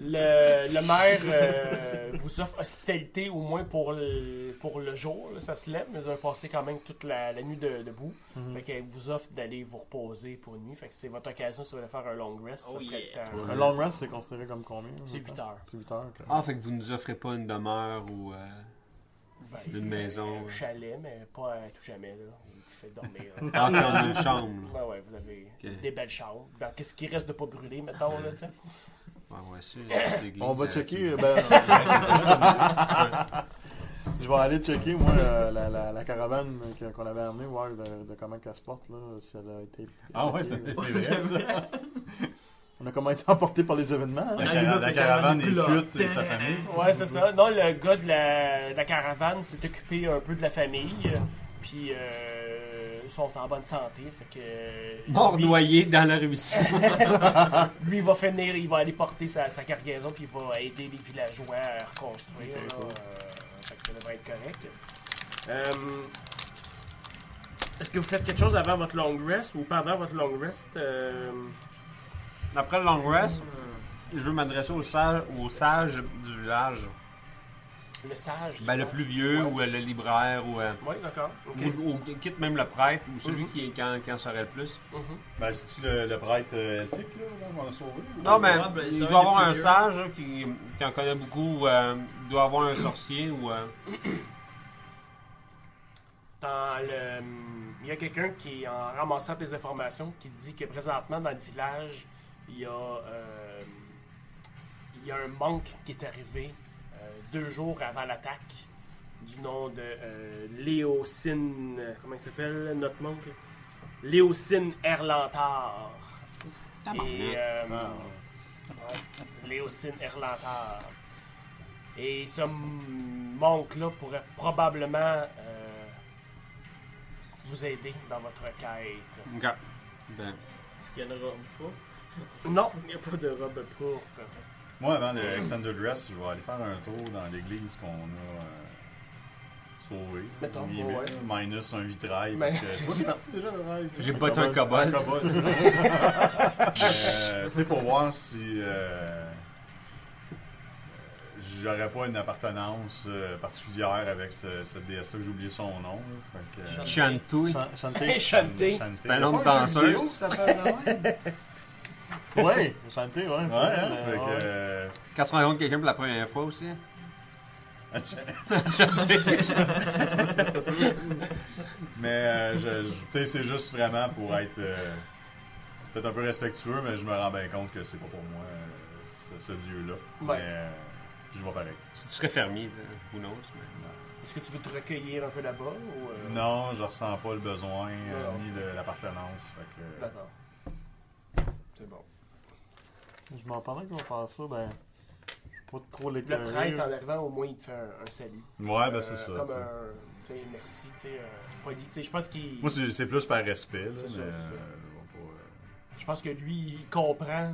[SPEAKER 1] Le, le maire euh, vous offre hospitalité au moins pour le, pour le jour. là. ça se lève, mais vous avez passé quand même toute la, la nuit de- debout.
[SPEAKER 2] Mhm.
[SPEAKER 1] Fait qu'elle vous offre d'aller vous reposer pour une nuit. Fait que c'est votre occasion si vous voulez faire un long rest.
[SPEAKER 4] Oh
[SPEAKER 1] ça serait
[SPEAKER 4] yeah.
[SPEAKER 1] le temps.
[SPEAKER 2] Un long rest, c'est considéré comme combien
[SPEAKER 1] C'est 8 heures.
[SPEAKER 2] C'est 8 heures, ok.
[SPEAKER 3] Ah, fait que vous nous offrez pas une demeure ou. euh,
[SPEAKER 1] Ben,
[SPEAKER 3] Une maison,
[SPEAKER 1] Un
[SPEAKER 3] ouais.
[SPEAKER 1] chalet, mais pas un tout jamais. Là. Vous faites dormir. là.
[SPEAKER 3] Ah, comme une chambre.
[SPEAKER 1] Ouais, ouais, vous avez
[SPEAKER 3] Ok.
[SPEAKER 1] des belles chambres. Dans qu'est-ce qui reste de pas brûler, mettons, là, tu sais.
[SPEAKER 3] là. Ouais, ouais, sûr. c'est l'église
[SPEAKER 2] On va
[SPEAKER 3] à-
[SPEAKER 2] checker. Ben, je vais aller checker, moi, euh, la, la, la caravane que- qu'on avait amenée, voir de, de comment qu'elle se porte, là, si elle a été. euh,
[SPEAKER 5] Ah ouais, c'est c'est vrai ça.
[SPEAKER 2] On a comment été emporté par les événements. hein.
[SPEAKER 5] La, cara- la caravane est cute et sa famille.
[SPEAKER 1] Ouais, c'est ça. Non, le gars de la, de la caravane s'est occupé un peu de la famille. Puis, euh, ils sont en bonne santé. Fait que.
[SPEAKER 3] Mort
[SPEAKER 1] lui,
[SPEAKER 3] noyé dans la Russie.
[SPEAKER 1] lui, il va finir, il va aller porter sa, sa cargaison. Puis, il va aider les villageois à reconstruire. là. Euh, fait que ça devrait être correct. Euh, Est-ce que vous faites quelque chose avant votre long rest ou pendant votre long rest? euh,
[SPEAKER 3] Après le long rest, je veux m'adresser au sage, au sage du village.
[SPEAKER 1] Le sage.
[SPEAKER 3] Ben, le plus vieux ou euh, le libraire ou, euh,
[SPEAKER 1] Oui, d'accord. Ok.
[SPEAKER 3] ou, ou quitte même le prêtre ou celui qui, est- qui, en, qui en saurait le plus.
[SPEAKER 1] Mhm.
[SPEAKER 5] Ben, c'est-tu le, le prêtre euh, elfique, là, là, qu'on a sauvé? ou-
[SPEAKER 3] Non, mais
[SPEAKER 4] Ouais, ben,
[SPEAKER 3] il
[SPEAKER 4] ça,
[SPEAKER 3] doit
[SPEAKER 4] il est
[SPEAKER 3] avoir
[SPEAKER 4] plus
[SPEAKER 3] un
[SPEAKER 4] vieux.
[SPEAKER 3] sage là, qui, qui en connaît beaucoup, ou, euh, il doit avoir un sorcier ou. euh,
[SPEAKER 1] Dans le- Il y a quelqu'un qui, en ramassant des informations, qui dit que présentement dans le village, il y a, euh, il y a un manque qui est arrivé euh, deux jours avant l'attaque du nom de euh, Léocine. Comment il s'appelle notre monk Léocine Erlantard. Et, euh, ouais, Léocine Erlantard. Et ce monk-là pourrait probablement euh, vous aider dans votre quête.
[SPEAKER 3] Ok. Ben,
[SPEAKER 4] Est-ce qu'il y en aura pas?
[SPEAKER 1] Non, il n'y a pas de robe pourpre.
[SPEAKER 5] Moi, avant le Extended Rest, je vais aller faire un tour dans l'église qu'on a euh, sauvée.
[SPEAKER 1] Mettons,
[SPEAKER 5] Oui, mais-
[SPEAKER 1] ouais. Ben,
[SPEAKER 5] Minus un vitrail.
[SPEAKER 1] Mais-
[SPEAKER 5] Parce que, c'est quoi, c'est parti déjà le rail?
[SPEAKER 3] J'ai botté un kobold.
[SPEAKER 5] kobold, c'est ça. Euh, Tu sais, pour voir si. euh, J'aurais pas une appartenance euh, particulière avec ce, cette déesse-là, que j'ai oublié son nom. là. Fait que, euh,
[SPEAKER 3] Chantouille.
[SPEAKER 2] Chan- Chanté.
[SPEAKER 1] Enchanté.
[SPEAKER 5] Shanty.
[SPEAKER 3] un nom de
[SPEAKER 5] Il y a pas jeu vidéo
[SPEAKER 3] Ben, danseuse.
[SPEAKER 5] qui s'appelle de même?
[SPEAKER 2] Ouais, chanté, ouais.
[SPEAKER 5] Ouais,
[SPEAKER 2] c'est vrai,
[SPEAKER 5] hein,
[SPEAKER 2] mais-
[SPEAKER 5] fait que,
[SPEAKER 2] ouais.
[SPEAKER 5] euh,
[SPEAKER 3] Quand tu rencontres quelqu'un pour la première fois aussi.
[SPEAKER 5] Mais euh, je- je- tu sais, c'est juste vraiment pour être euh, peut-être un peu respectueux, mais je me rends bien compte que c'est pas pour moi euh, ce, ce dieu-là.
[SPEAKER 1] Ouais.
[SPEAKER 5] Mais euh, je vois pareil.
[SPEAKER 3] si tu serais fermier, tu sais, who knows. mais-
[SPEAKER 1] Est-ce que tu veux te recueillir un peu là-bas ou, euh,
[SPEAKER 5] Non, je ressens pas le besoin euh,
[SPEAKER 1] Non.
[SPEAKER 5] ni de l'appartenance. fait que, euh,
[SPEAKER 1] D'accord. C'est bon.
[SPEAKER 2] Je m'en parlais qu'on va faire ça, ben. Je suis pas trop
[SPEAKER 1] Le
[SPEAKER 2] l'écœurer.
[SPEAKER 1] prêtre, hein. en arrivant, au moins, il te fait un, un salut.
[SPEAKER 5] Ouais, ben
[SPEAKER 1] Euh,
[SPEAKER 5] c'est ça.
[SPEAKER 1] Comme
[SPEAKER 5] tu sais.
[SPEAKER 1] un. tu sais, merci, tu sais, un poli. Tu sais, je pense qu'il.
[SPEAKER 5] Moi, c'est c'est plus par respect. Là, mais,
[SPEAKER 1] C'est ça, c'est ça.
[SPEAKER 5] euh, je vois pas, euh,
[SPEAKER 1] Je pense que lui, il comprend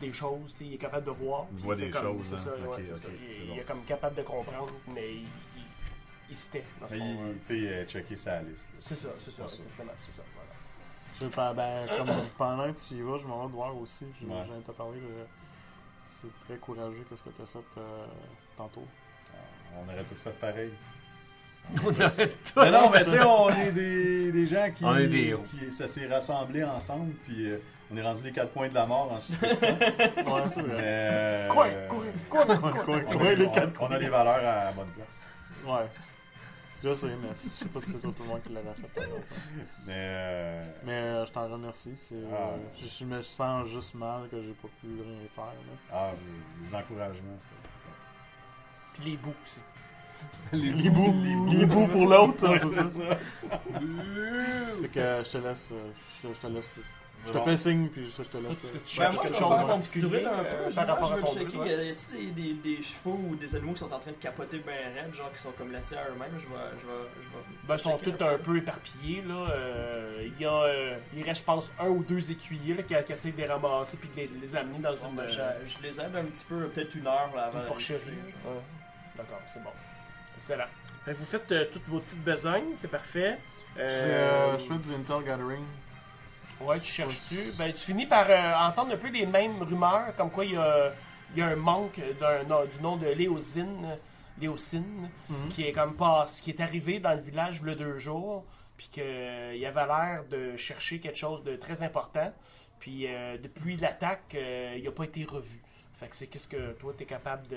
[SPEAKER 1] des choses, tu sais, il est capable de voir.
[SPEAKER 5] Il
[SPEAKER 1] puis
[SPEAKER 5] voit
[SPEAKER 1] fait
[SPEAKER 5] des
[SPEAKER 1] comme-
[SPEAKER 5] choses,
[SPEAKER 1] c'est ça,
[SPEAKER 5] hein.
[SPEAKER 1] ouais,
[SPEAKER 5] Ok,
[SPEAKER 1] c'est ça.
[SPEAKER 5] ok,
[SPEAKER 1] Il,
[SPEAKER 5] c'est
[SPEAKER 1] il
[SPEAKER 5] bon.
[SPEAKER 1] est comme capable de comprendre, mais il, il, il se tait dans son.
[SPEAKER 5] mais il- tu sais, il a checké sa liste. là.
[SPEAKER 1] C'est ça, c'est ça,
[SPEAKER 5] pas
[SPEAKER 1] exactement, c'est ça. Voilà.
[SPEAKER 2] Je veux pas- ben, comme pendant que tu y vas, je m'en vais te voir aussi. Je
[SPEAKER 5] Ouais.
[SPEAKER 2] viens de te parler de. C'est très courageux qu'est-ce que tu as fait euh, tantôt.
[SPEAKER 5] On aurait tout fait pareil.
[SPEAKER 3] On aurait tout.
[SPEAKER 5] Mais non, mais tu sais, on est des, des gens qui,
[SPEAKER 3] On est des héros.
[SPEAKER 5] qui- ça s'est rassemblé ensemble, puis euh, on est rendu les quatre points de la mort en ce moment.
[SPEAKER 2] Ouais, c'est vrai.
[SPEAKER 5] Mais,
[SPEAKER 1] Quoi,
[SPEAKER 5] euh,
[SPEAKER 1] quoi, quoi,
[SPEAKER 2] Quoi, quoi,
[SPEAKER 5] on, a-
[SPEAKER 2] quoi, les
[SPEAKER 5] on-
[SPEAKER 2] quatre
[SPEAKER 5] on a les valeurs à la bonne place.
[SPEAKER 2] Ouais. Je sais, mais je sais pas si c'est tout le monde qui l'avait fait. par exemple.
[SPEAKER 5] Mais euh,
[SPEAKER 2] Mais euh, je t'en remercie. c'est, euh,
[SPEAKER 5] Ah.
[SPEAKER 2] je, suis- me sens juste mal que j'ai pas pu rien faire. Là.
[SPEAKER 5] ah, les- les encouragements, c'était. c'était-
[SPEAKER 1] Puis les bouts aussi.
[SPEAKER 2] Les bouts, les bouts pour l'autre. hein, c'est ça.
[SPEAKER 5] ça.
[SPEAKER 2] Fait que euh, je te laisse. euh, Je te, je te laisse. Je te
[SPEAKER 5] Bon.
[SPEAKER 2] fais signe puis je te, je te laisse.
[SPEAKER 1] Est-ce que tu
[SPEAKER 4] Ben,
[SPEAKER 1] cherches
[SPEAKER 4] moi, je
[SPEAKER 1] quelque
[SPEAKER 4] vais
[SPEAKER 1] chose en
[SPEAKER 4] faire mon petit
[SPEAKER 1] particulier
[SPEAKER 4] druide un
[SPEAKER 1] euh,
[SPEAKER 4] peu.
[SPEAKER 1] par rapport
[SPEAKER 4] je
[SPEAKER 1] à
[SPEAKER 4] veux
[SPEAKER 1] ton
[SPEAKER 4] checker,
[SPEAKER 1] druide, ouais?
[SPEAKER 4] euh, si t'as des, des chevaux ou des animaux qui sont en train de capoter ben raide, genre qui sont comme laissés à eux-mêmes, je vais... Je vais, je vais
[SPEAKER 1] Ben, ils sont
[SPEAKER 4] checker
[SPEAKER 1] tous un peu éparpillés, là. Euh, il y a, euh, il reste, je pense, un ou deux écuyers, là, qui, qui essaient de les ramasser puis de les, de les amener dans
[SPEAKER 4] Bon,
[SPEAKER 1] une,
[SPEAKER 4] ben,
[SPEAKER 1] euh,
[SPEAKER 4] je, je les aide un petit peu, peut-être une heure là,
[SPEAKER 1] une
[SPEAKER 4] avant d'aller
[SPEAKER 1] porcherie.
[SPEAKER 4] coucher, genre.
[SPEAKER 1] Ouais. D'accord, c'est bon. Excellent. Fait que vous faites euh, toutes vos petites besognes, c'est parfait.
[SPEAKER 2] Je,
[SPEAKER 1] Euh,
[SPEAKER 2] euh, je fais du Intel Gathering.
[SPEAKER 1] Ouais, tu cherches-tu. Ben, tu finis par euh, entendre un peu les mêmes rumeurs, comme quoi il y a il y a un manque d'un- non, du nom de Léosine, Léocine
[SPEAKER 3] Mhm.
[SPEAKER 1] qui est comme passe, qui est arrivé dans le village le deux jours, puis qu'il avait l'air de chercher quelque chose de très important. Puis euh, depuis l'attaque, euh, il n'a pas été revu. Fait que c'est qu'est-ce que toi t'es capable de,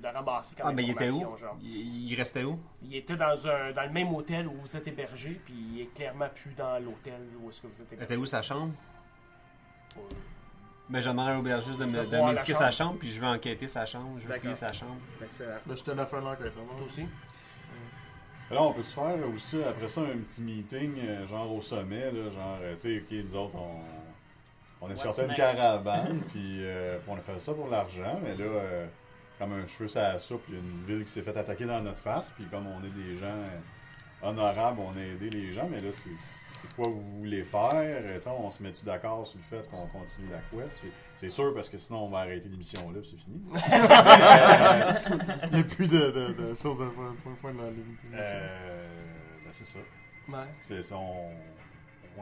[SPEAKER 1] de ramasser comme
[SPEAKER 3] Ah, ben il était où
[SPEAKER 1] information, genre.
[SPEAKER 3] Il, il restait où
[SPEAKER 1] Il était dans un dans le même hôtel où vous êtes hébergé, puis il est clairement plus dans l'hôtel où est-ce que vous êtes
[SPEAKER 3] Il était
[SPEAKER 1] hébergé.
[SPEAKER 3] où sa chambre
[SPEAKER 1] Euh,
[SPEAKER 3] Mais j'ai demandé à l'aubergiste de
[SPEAKER 1] De
[SPEAKER 3] me- de
[SPEAKER 1] voir la
[SPEAKER 3] m'indiquer
[SPEAKER 1] chambre.
[SPEAKER 3] sa chambre, puis je vais enquêter sa chambre, je vais
[SPEAKER 1] D'accord.
[SPEAKER 3] fouiller sa chambre.
[SPEAKER 1] Excellent.
[SPEAKER 2] Ben, j'étais la fin de l'enquête, hein,
[SPEAKER 1] Toi
[SPEAKER 2] moi.
[SPEAKER 1] aussi.
[SPEAKER 5] Alors, on peut se faire euh, aussi, après ça, un petit meeting, euh, genre au sommet, là, genre, euh, tu sais, OK, nous autres, on, on est sur
[SPEAKER 4] What's
[SPEAKER 5] certaines
[SPEAKER 4] next?
[SPEAKER 5] caravanes, puis euh, on a fait ça pour l'argent, mais là, euh, comme un cheveu sur la soupe, il y a une ville qui s'est fait attaquer dans notre face, puis comme on est des gens euh, honorables, on a aidé les gens, mais là, c'est- c'est quoi vous voulez faire? Euh, tu sais, on se met-tu d'accord sur le fait qu'on continue la quest? Puis C'est sûr, parce que sinon, on va arrêter l'émission là, puis c'est fini. euh,
[SPEAKER 2] Il n'y a plus de, de, de choses à faire pour le point de la ligne.
[SPEAKER 5] Euh, ben, c'est ça.
[SPEAKER 1] Ouais.
[SPEAKER 5] C'est ça, on,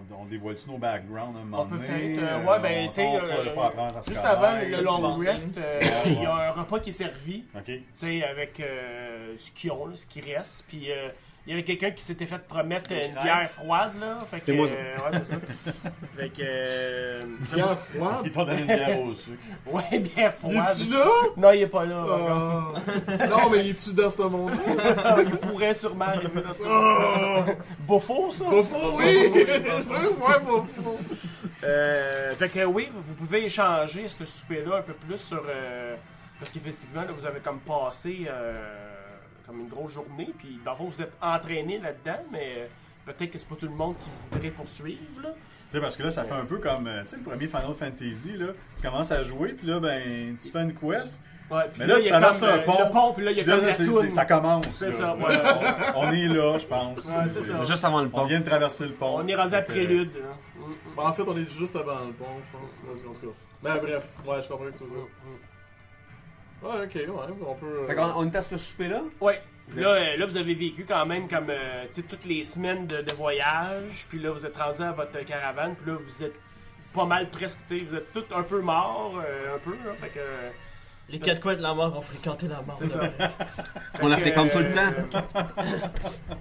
[SPEAKER 5] on, on dévoile-tu nos backgrounds à un moment
[SPEAKER 1] On peut
[SPEAKER 5] donné?
[SPEAKER 1] peut-être. euh, ouais, ben,
[SPEAKER 5] on-
[SPEAKER 1] tu sais.
[SPEAKER 5] on va-
[SPEAKER 1] euh,
[SPEAKER 5] faut apprendre à se
[SPEAKER 1] juste
[SPEAKER 5] connaître,
[SPEAKER 1] avant le
[SPEAKER 5] tu-
[SPEAKER 1] long
[SPEAKER 4] tu-
[SPEAKER 1] rest, euh, il y a un repas qui est servi,
[SPEAKER 5] OK.
[SPEAKER 1] tu sais, avec euh, ce qu'ils ont, là, ce qui reste. Puis euh, il y avait quelqu'un qui s'était fait promettre
[SPEAKER 4] Des
[SPEAKER 1] une
[SPEAKER 4] crêpes.
[SPEAKER 1] bière froide, là. Fait que.
[SPEAKER 3] C'est moi, ça.
[SPEAKER 1] euh, ouais, c'est ça. fait que. euh,
[SPEAKER 2] Pierre froide?
[SPEAKER 5] Ils t'ont donné une bière au sucre.
[SPEAKER 1] ouais, bière
[SPEAKER 2] Il est-tu
[SPEAKER 1] froide.
[SPEAKER 2] là?
[SPEAKER 1] Non, il est pas là. par contre.
[SPEAKER 2] Ah. Non, mais il est-tu dans ce monde-là?
[SPEAKER 1] il pourrait sûrement arriver dans
[SPEAKER 2] Ah.
[SPEAKER 1] ce. Beaufort, ça?
[SPEAKER 2] Pas faux, oui! Je veux voir pas faux.
[SPEAKER 1] Euh, fait que oui, vous- vous pouvez échanger ce souper-là un peu plus sur. euh, parce qu'effectivement, là, vous avez comme passé euh, comme une grosse journée, puis dans le fond, vous êtes entraîné là-dedans, mais euh, peut-être que c'est pas tout le monde qui voudrait poursuivre. Là.
[SPEAKER 5] Tu sais, parce que là, ça fait un peu comme, euh, tu sais, le premier Final Fantasy, là. Tu commences à jouer, puis là, ben, tu fais une quest.
[SPEAKER 1] Ouais, puis
[SPEAKER 5] Mais là,
[SPEAKER 1] il y
[SPEAKER 5] tu
[SPEAKER 1] a
[SPEAKER 5] traverses
[SPEAKER 1] comme,
[SPEAKER 5] un
[SPEAKER 1] euh,
[SPEAKER 5] pont.
[SPEAKER 1] Le pont, puis là, il y a
[SPEAKER 5] Puis là,
[SPEAKER 1] comme
[SPEAKER 5] là,
[SPEAKER 1] la
[SPEAKER 5] c'est-
[SPEAKER 1] toune.
[SPEAKER 5] c'est- ça commence.
[SPEAKER 1] C'est
[SPEAKER 5] là.
[SPEAKER 1] ça,
[SPEAKER 5] Là,
[SPEAKER 1] ouais.
[SPEAKER 5] on, on est là, je pense.
[SPEAKER 1] Ouais, c'est ça.
[SPEAKER 3] Juste avant le
[SPEAKER 5] On
[SPEAKER 3] pont.
[SPEAKER 5] vient de traverser le pont.
[SPEAKER 1] On est rendu à
[SPEAKER 5] Fait que,
[SPEAKER 1] prélude. là. Mm, mm.
[SPEAKER 2] Ben, en fait, on est juste avant le pont, je pense. Ouais, en tout cas. Ben, bref, ouais, je comprends ce que tu veux dire.
[SPEAKER 1] Mm,
[SPEAKER 2] Ouais, ok, ouais, on peut. euh,
[SPEAKER 3] Fait qu'on on était à ce souper-là.
[SPEAKER 1] Ouais. Puis Là, euh, là, vous avez vécu quand même comme euh, tu sais, toutes les semaines de, de voyage. Puis là, vous êtes rendu à votre caravane. Puis là, vous êtes pas mal presque. tu sais, Vous êtes tous un peu morts. euh, un peu. là. fait que. euh,
[SPEAKER 4] Les quatre coins de la mort ont fréquenté la mort.
[SPEAKER 1] C'est ça.
[SPEAKER 3] On la
[SPEAKER 1] Fait que,
[SPEAKER 3] fréquente tout le temps.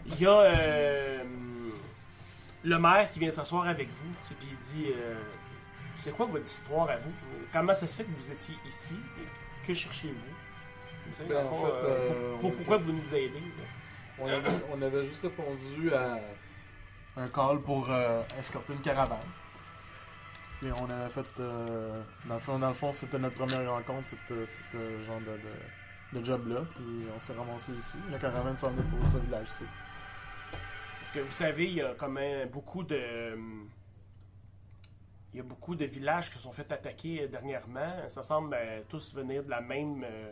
[SPEAKER 1] Il y a euh, le maire qui vient s'asseoir avec vous. tu sais, Puis il dit euh, C'est quoi votre histoire à vous Comment ça se fait que vous étiez ici Et Que cherchez-vous Tu sais,
[SPEAKER 2] Ben,
[SPEAKER 1] dans le
[SPEAKER 2] en
[SPEAKER 1] fond,
[SPEAKER 2] fait,
[SPEAKER 1] euh,
[SPEAKER 2] euh,
[SPEAKER 1] pour-
[SPEAKER 2] on-
[SPEAKER 1] Pourquoi vous nous aidez
[SPEAKER 2] On avait, on avait juste répondu à un call pour euh, escorter une caravane. Et on avait fait. euh, dans, le fond, dans le fond, c'était notre première rencontre, c'était c'était ce genre de, de- de job-là. Puis on s'est ramassé ici. La caravane s'en est pour ce village-ci.
[SPEAKER 1] Parce que vous savez, il y a comme un- beaucoup de. euh, Il y a beaucoup de villages qui se sont fait attaquer euh, dernièrement. Ça semble euh, tous venir de la même. euh,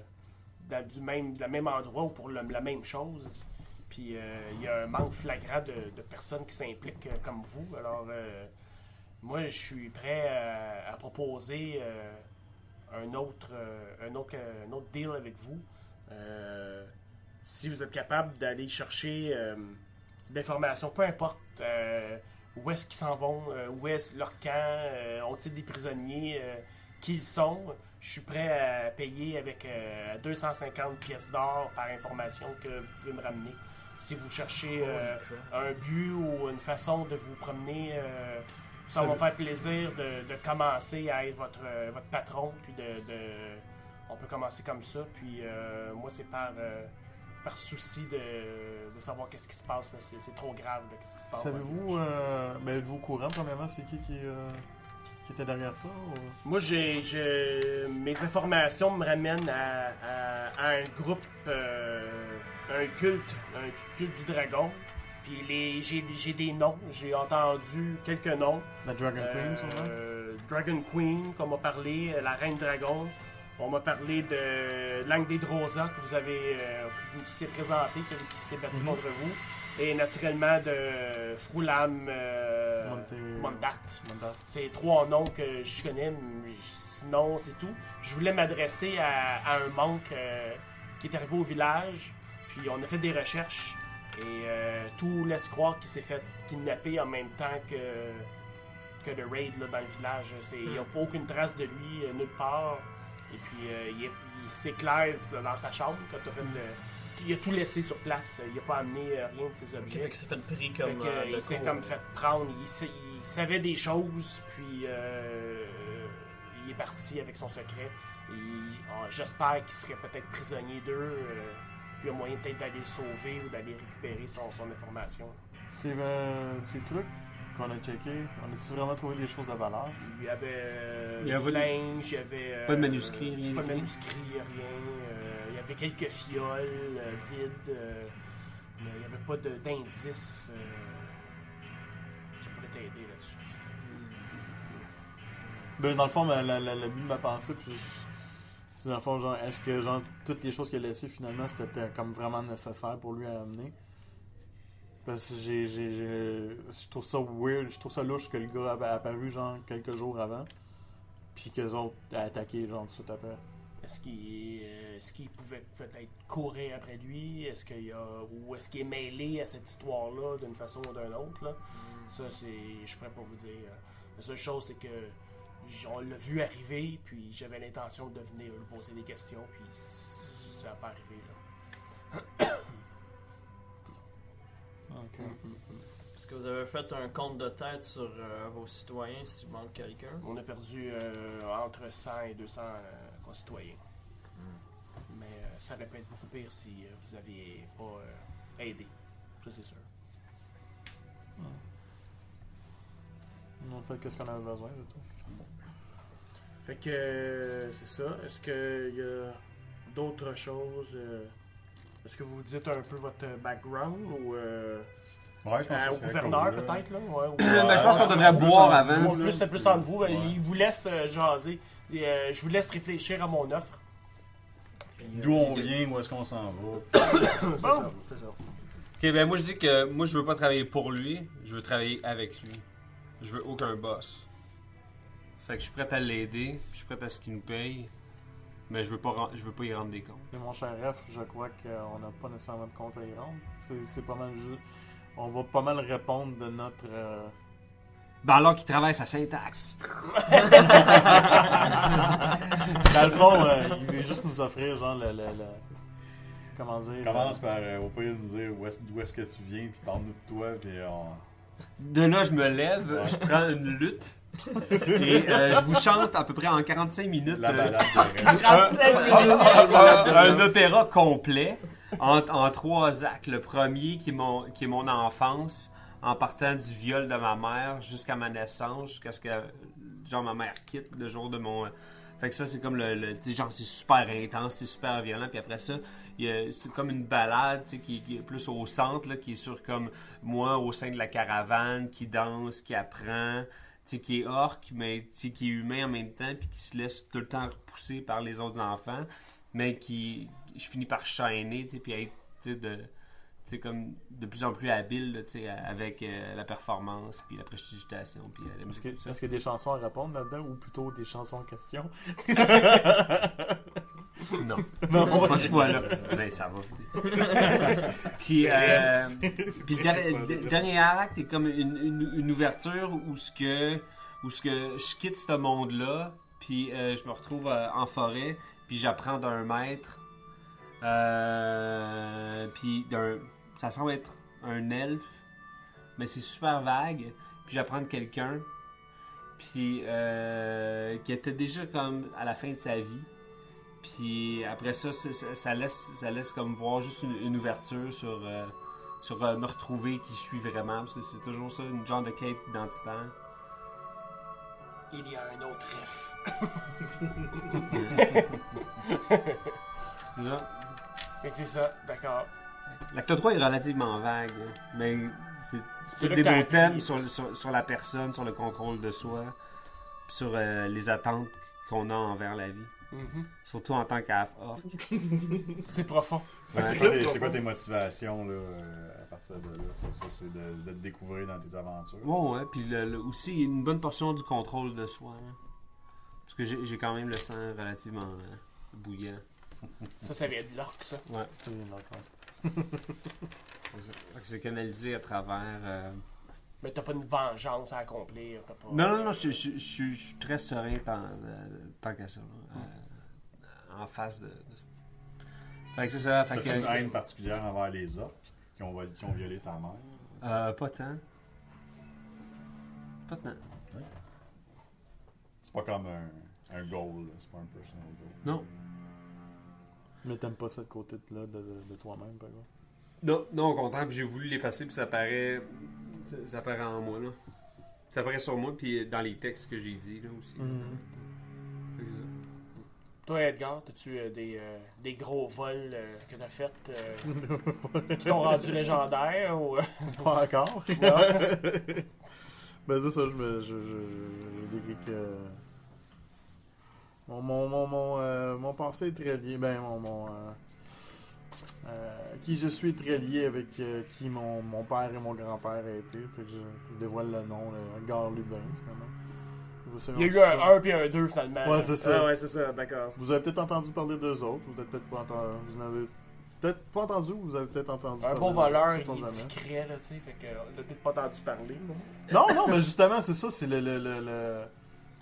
[SPEAKER 1] de- du même, de la même endroit ou pour le- la même chose. Puis euh, il y a un manque flagrant de, de personnes qui s'impliquent euh, comme vous. Alors, euh, moi, je suis prêt à, à proposer euh, un, autre, euh, un, autre, un autre deal avec vous. Euh, si vous êtes capable d'aller chercher. euh, d'informations, peu importe euh, où est-ce qu'ils s'en vont, euh, où est leur camp, euh, ont-ils des prisonniers, euh, qui ils sont. Je suis prêt à payer avec euh, 250 pièces d'or par information que vous pouvez me ramener. Si vous cherchez euh, un but ou une façon de vous promener, euh, ça va me faire plaisir de, de commencer à être votre, euh, votre patron. Puis de, de- on peut commencer comme ça. Puis euh, moi, c'est par... euh, par souci de, de savoir qu'est-ce qui se passe. là. C'est c'est trop grave, là, qu'est-ce qui se passe.
[SPEAKER 2] Savez-vous. Euh, ben, êtes-vous au courant, premièrement, c'est qui qui, euh, qui était derrière ça ou-
[SPEAKER 1] Moi, j'ai, je- mes informations me ramènent à, à- à un groupe, euh, un culte, un culte du dragon. Puis les, j'ai, j'ai des noms, j'ai entendu quelques noms.
[SPEAKER 2] La Dragon Queen, sûrement
[SPEAKER 1] Euh, Dragon Queen, qu'on m'a parlé, euh, la Reine Dragon. On m'a parlé de Langue des Drosa, que vous avez euh, qui nous s'est présenté, celui qui s'est
[SPEAKER 2] Mhm.
[SPEAKER 1] battu contre vous. Et naturellement de Froulam euh,
[SPEAKER 2] Monte-
[SPEAKER 1] Mondat.
[SPEAKER 2] Mandate.
[SPEAKER 1] C'est trois noms que je connais, mais je- sinon c'est tout. Je voulais m'adresser à, à un monk euh, qui est arrivé au village, puis on a fait des recherches, et euh, tout laisse croire qu'il s'est fait kidnapper en même temps
[SPEAKER 4] Hmm.
[SPEAKER 1] que, que le raid là, dans le village. C'est- Il n'y a pas aucune trace de lui euh, nulle part. Et puis, euh, il, est- il s'éclaire dans- dans sa chambre quand t'as fait le. Il a tout laissé sur place. Il a pas amené euh, rien de ses
[SPEAKER 4] Ok,
[SPEAKER 1] objets.
[SPEAKER 4] fait que c'est fait le prix
[SPEAKER 1] Fait
[SPEAKER 4] comme.
[SPEAKER 1] que,
[SPEAKER 4] euh, le
[SPEAKER 1] il s'est
[SPEAKER 4] cours.
[SPEAKER 1] comme fait prendre. Il, sa- il savait des choses, puis euh, il est parti avec son secret. Et, ah, J'espère qu'il serait peut-être prisonnier d'eux. euh, puis il y a moyen peut-être d'aller le sauver ou d'aller récupérer son, son information.
[SPEAKER 2] Ces, euh, ces trucs qu'on a checkés, on a-tu vraiment trouvé des choses de valeur?
[SPEAKER 1] Il y avait euh,
[SPEAKER 3] Il y avait
[SPEAKER 1] du
[SPEAKER 3] pas de-
[SPEAKER 1] linge, il y avait. euh,
[SPEAKER 3] pas de manuscrit, rien
[SPEAKER 1] Pas de
[SPEAKER 3] d'écrit.
[SPEAKER 1] manuscrit, rien. euh, il y avait quelques fioles euh, vides. euh, mais il n'y avait pas de- d'indices euh, qui pourraient t'aider là-dessus.
[SPEAKER 2] Ben, dans le fond, ma- la, la, le but de ma pensée, puis je- c'est dans le fond, genre, est-ce que genre, toutes les choses qu'il a laissées, finalement, c'était comme vraiment nécessaire pour lui à amener? Parce que j'ai, j'ai, j'ai- je trouve ça weird, je trouve ça louche que le gars avait apparu, genre, quelques jours avant, puis qu'eux autres a attaqué, genre, tout de suite après.
[SPEAKER 1] Est-ce qu'il euh, est-ce qu'il pouvait peut-être courir après lui? Est-ce qu'il y a- ou est-ce qu'il est mêlé à cette histoire-là d'une façon ou d'une autre? là? Ça, c'est, je pourrais pas vous dire. La seule chose, c'est que j- on l'a vu arriver, puis j'avais l'intention de venir lui poser des questions, puis s- ça n'a pas arrivé. Là.
[SPEAKER 2] Mm,
[SPEAKER 4] Est-ce que vous avez fait un compte de tête sur euh, vos citoyens s'il manque quelqu'un
[SPEAKER 1] On a perdu euh, entre 100 et 200 euh, concitoyens. Mais euh, ça aurait pu être beaucoup pire si euh, vous aviez pas euh, aidé. Ça, c'est sûr.
[SPEAKER 2] En fait, qu'est-ce qu'on avait besoin de tout?
[SPEAKER 1] Fait que euh, c'est ça. Est-ce qu'il y a d'autres choses euh, Est-ce que vous dites un peu votre background ou euh,
[SPEAKER 5] Ouais, je pense
[SPEAKER 1] euh,
[SPEAKER 5] que
[SPEAKER 1] au
[SPEAKER 5] ça serait
[SPEAKER 1] gouverneur
[SPEAKER 5] cool, là.
[SPEAKER 1] peut-être là ouais, ou-
[SPEAKER 3] Ben, je pense qu'on devrait
[SPEAKER 2] Plus
[SPEAKER 3] boire
[SPEAKER 2] en-
[SPEAKER 3] avant.
[SPEAKER 1] Plus, c'est plus entre vous.
[SPEAKER 5] Ouais.
[SPEAKER 1] Il vous laisse euh, jaser. Et, euh, je vous laisse réfléchir à mon offre.
[SPEAKER 5] D'où on vient, où est-ce qu'on s'en va.
[SPEAKER 1] C'est ça, c'est ça.
[SPEAKER 3] Ok, ben moi je dis que moi je veux pas travailler pour lui, je veux travailler avec lui. Je veux aucun boss. Fait que je suis prêt à l'aider, je suis prêt à ce qu'il nous paye, mais je veux pas, ren- je veux pas y rendre des comptes.
[SPEAKER 2] Mais mon cher F, je crois qu'on n'a pas nécessairement de compte à y rendre. C'est, c'est pas mal juste. On va pas mal répondre de notre. euh,
[SPEAKER 3] Ben alors qu'il travaille sa syntaxe.
[SPEAKER 2] Dans le fond, euh, il veut juste nous offrir, genre, le. le- le- Comment dire
[SPEAKER 5] On commence par, euh, au pire, nous dire où est-ce d'où est-ce que tu viens, puis parle-nous de toi, puis on.
[SPEAKER 3] De là, je me lève, je prends une lutte, et euh, je vous chante à peu près en 45 minutes
[SPEAKER 5] La
[SPEAKER 3] euh,
[SPEAKER 5] balade de rêve.
[SPEAKER 1] 35 minutes.
[SPEAKER 3] un opéra complet en, en trois actes. Le premier qui est, mon, qui est mon enfance, en partant du viol de ma mère jusqu'à ma naissance, jusqu'à ce que genre ma mère quitte le jour de mon. Fait que ça c'est comme le, le- tu sais, genre c'est super intense, c'est super violent. Puis après ça, il y a- c'est comme une balade tu sais, qui, qui est plus au centre là, qui est sur comme moi au sein de la caravane, qui danse, qui apprend tu sais, qui est orc, mais tu sais, qui est humain en même temps, puis qui se laisse tout le temps repousser par les autres enfants, mais qui, je finis par chaîner, tu sais, puis être, tu sais, de, tu sais, comme de plus en plus habile, là, tu sais, avec euh, la performance, puis la prestidigitation, puis euh, la
[SPEAKER 2] Est-ce
[SPEAKER 3] musique,
[SPEAKER 2] que-
[SPEAKER 3] tout ça.
[SPEAKER 2] est-ce qu'il y a des chansons à répondre là-dedans ou plutôt des chansons en question
[SPEAKER 3] Non,
[SPEAKER 2] Non,
[SPEAKER 3] pas ce fois-là. Ben, ça va. puis, euh, puis le dernier- le dernier acte est comme une, une- une ouverture où ce que où ce que je quitte ce monde-là, puis euh, je me retrouve euh, en forêt, puis j'apprends d'un maître, euh, puis d'un, ça semble être un elfe, mais c'est super vague, puis j'apprends de quelqu'un, puis euh, qui était déjà comme à la fin de sa vie, puis après ça, c'est- ça, ça laisse, ça laisse comme voir juste une, une ouverture sur, euh, sur euh, me retrouver qui je suis vraiment, parce que c'est toujours ça, une genre de quête identitaire.
[SPEAKER 1] Il y a un autre ref.
[SPEAKER 3] Déjà,
[SPEAKER 1] Fait que c'est ça, d'accord.
[SPEAKER 3] L'acte 3 est relativement vague, hein, mais c'est
[SPEAKER 1] C'est
[SPEAKER 3] c'est
[SPEAKER 1] là
[SPEAKER 3] des
[SPEAKER 1] que t'as
[SPEAKER 3] beaux
[SPEAKER 1] appris.
[SPEAKER 3] thèmes sur, sur- sur la personne, sur le contrôle de soi, puis sur euh, les attentes qu'on a envers la vie.
[SPEAKER 1] Mhm.
[SPEAKER 3] Surtout en tant qu'af orc.
[SPEAKER 1] C'est profond.
[SPEAKER 5] Ouais, C'est quoi, tes- c'est quoi tes motivations là, euh, à partir de là Ça, ça, c'est de, de te découvrir dans tes aventures.
[SPEAKER 3] Ouais, ouais, puis le- le- aussi une bonne portion du contrôle de soi. hein. Parce que j'ai j'ai quand même le sang relativement euh, bouillant.
[SPEAKER 1] Ça, ça vient de l'orque, ça.
[SPEAKER 3] Ouais. Fait que C'est canalisé à travers. euh,
[SPEAKER 1] Mais t'as pas une vengeance à accomplir. t'as Pas...
[SPEAKER 3] Non, non, non, je, je- je- je suis très serein tant, euh, tant qu'à ça. là. Euh, en face de. de- Fait que c'est ça. Fait
[SPEAKER 5] T'as-tu
[SPEAKER 3] que-
[SPEAKER 5] une haine particulière envers les orques qui ont, vol- qui ont violé ta mère?
[SPEAKER 3] Euh, pas tant. Pas tant.
[SPEAKER 5] C'est pas comme un, un goal, là. c'est pas un personal goal.
[SPEAKER 3] Non.
[SPEAKER 2] Mais t'aimes pas ce côté-là de, de- de toi-même, par exemple.
[SPEAKER 3] Non, non, au contraire, puis j'ai voulu l'effacer, puis ça paraît, ça, ça paraît en moi, là. Ça paraît sur moi, puis dans les textes que j'ai dit, là, aussi. Fait que c'est ça.
[SPEAKER 1] Toi, Edgar, as-tu euh, des, euh, des gros vols euh, que t'as fait euh, qui t'ont rendu légendaire ou euh,
[SPEAKER 2] Pas encore.
[SPEAKER 1] ouais.
[SPEAKER 2] ben c'est ça, je me. Je, je, je- je dirais que. Mon, mon, mon, mon, euh, mon passé est très lié. Ben, mon. mon euh, euh, qui je suis est très lié avec euh, qui mon, mon père et mon grand-père a été. Fait que je, je dévoile le nom, le Gare Lubin, finalement.
[SPEAKER 1] Il y a eu un 1 puis un 2 finalement.
[SPEAKER 2] Ouais, c'est ça.
[SPEAKER 1] Ah, ouais, c'est ça, d'accord.
[SPEAKER 2] Vous avez peut-être entendu parler d'eux autres, vous avez peut-être pas entendu. Vous n'avez peut-être pas entendu ou vous avez peut-être entendu.
[SPEAKER 1] Un
[SPEAKER 2] parler
[SPEAKER 1] bon
[SPEAKER 2] d'eux autres,
[SPEAKER 1] voleur,
[SPEAKER 2] sait-on
[SPEAKER 1] il est
[SPEAKER 2] jamais.
[SPEAKER 1] discret, là, tu sais, fait que euh, on a peut-être pas entendu parler. là.
[SPEAKER 2] Non, non, mais justement, c'est ça, c'est le. le, le, le-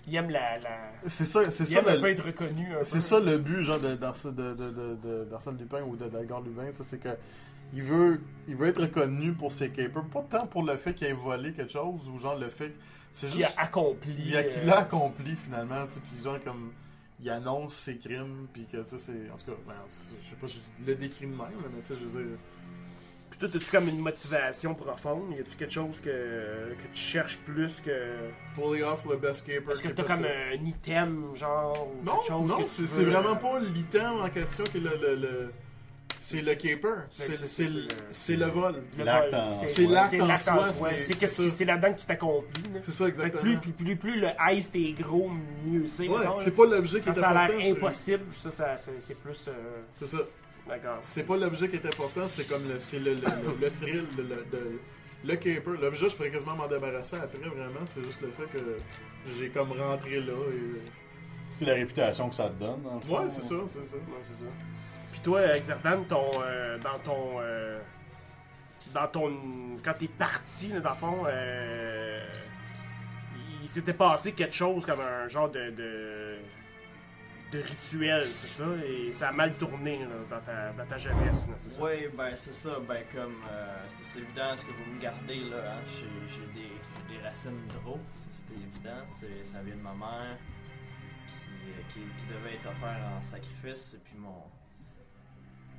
[SPEAKER 1] Il aime la. la...
[SPEAKER 2] C'est ça, c'est
[SPEAKER 1] Il
[SPEAKER 2] ça
[SPEAKER 1] aime
[SPEAKER 2] le.
[SPEAKER 1] un peu être reconnu. un
[SPEAKER 2] Euh, C'est
[SPEAKER 1] peu.
[SPEAKER 2] ça le but, genre, de- d'Arse- de- de- de- de- d'Arsène Lupin ou de d'Algar Lubin, ça, c'est que il veut, il veut être reconnu pour ses capers. Pas tant pour le fait qu'il ait volé quelque chose ou genre le fait. que- C'est
[SPEAKER 1] Qui a
[SPEAKER 2] juste.
[SPEAKER 1] accompli.
[SPEAKER 2] Il a
[SPEAKER 1] euh,
[SPEAKER 2] qu'il l'a accompli finalement, tu sais, puis genre comme. Il annonce ses crimes, puis que, tu sais, c'est. En tout cas, ben, c'est- je sais pas, si je le décris de même, là, mais tu sais, je veux dire.
[SPEAKER 1] Puis toi, t'as-tu comme une motivation profonde? Y a-tu quelque chose que, que tu cherches plus que.
[SPEAKER 2] Pulling off le best caper.
[SPEAKER 1] Est-ce que
[SPEAKER 2] qui est
[SPEAKER 1] t'as
[SPEAKER 2] possible.
[SPEAKER 1] comme un item, genre, ou
[SPEAKER 2] Non,
[SPEAKER 1] quelque chose que
[SPEAKER 2] non,
[SPEAKER 1] tu
[SPEAKER 2] c'est
[SPEAKER 1] veux,
[SPEAKER 2] c'est vraiment
[SPEAKER 1] euh,
[SPEAKER 2] pas l'item en question qui est le. le- le- C'est le caper.
[SPEAKER 1] C'est-
[SPEAKER 2] C'est
[SPEAKER 1] c'est-
[SPEAKER 2] c'est
[SPEAKER 1] c'est
[SPEAKER 2] le-
[SPEAKER 1] le-
[SPEAKER 2] c'est le vol.
[SPEAKER 1] le
[SPEAKER 5] L'acte
[SPEAKER 1] vol.
[SPEAKER 5] en
[SPEAKER 1] C'est-
[SPEAKER 5] soi.
[SPEAKER 1] C'est l'acte en soi.
[SPEAKER 2] c'est-
[SPEAKER 1] C'est qu'est-ce
[SPEAKER 2] c'est
[SPEAKER 1] qui-
[SPEAKER 2] ça.
[SPEAKER 1] c'est là-dedans que tu t'accomplis. là.
[SPEAKER 2] C'est ça,
[SPEAKER 1] Fait que
[SPEAKER 2] exactement.
[SPEAKER 1] plus, plus, plus, plus le ice est gros, mieux c'est.
[SPEAKER 2] Ouais,
[SPEAKER 1] mettons,
[SPEAKER 2] c'est
[SPEAKER 1] là.
[SPEAKER 2] pas l'objet qui
[SPEAKER 1] Quand
[SPEAKER 2] est
[SPEAKER 1] ça a
[SPEAKER 2] important.
[SPEAKER 1] l'air
[SPEAKER 2] c'est-
[SPEAKER 1] impossible, ça, ça c'est c'est plus. euh,
[SPEAKER 2] C'est ça.
[SPEAKER 1] D'accord.
[SPEAKER 2] C'est pas l'objet qui est important, c'est comme le, c'est le, le, le- le thrill, de le, de- le caper. L'objet, je pourrais quasiment m'en débarrasser après, vraiment. C'est juste le fait que j'ai comme rentré là. Et... euh,
[SPEAKER 5] C'est la réputation que ça te donne. dans le fond.
[SPEAKER 2] Ouais, c'est ça, c'est ça.
[SPEAKER 1] Ouais, c'est ça. Puis toi, Exerdan, ton, euh, dans ton. euh, dans ton. Quand t'es parti, là, dans le fond, euh, il s'était passé quelque chose comme un genre de. de, de rituel, c'est ça? Et ça a mal tourné là, dans, ta, dans ta jeunesse, là, c'est ça?
[SPEAKER 4] Oui, ben c'est ça, ben comme euh, c'est c'est évident ce que vous me gardez là, hein, j'ai j'ai des, des racines d'eau, c'était évident, c'est- ça vient de ma mère qui, qui, qui devait être offert en sacrifice, et puis mon...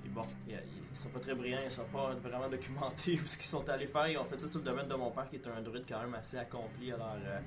[SPEAKER 4] Et bon, ils, ils sont pas très brillants, ils sont pas vraiment documentés ce qu'ils sont allés faire, ils ont fait ça sur le domaine de mon père qui est un druide quand même assez accompli, alors euh,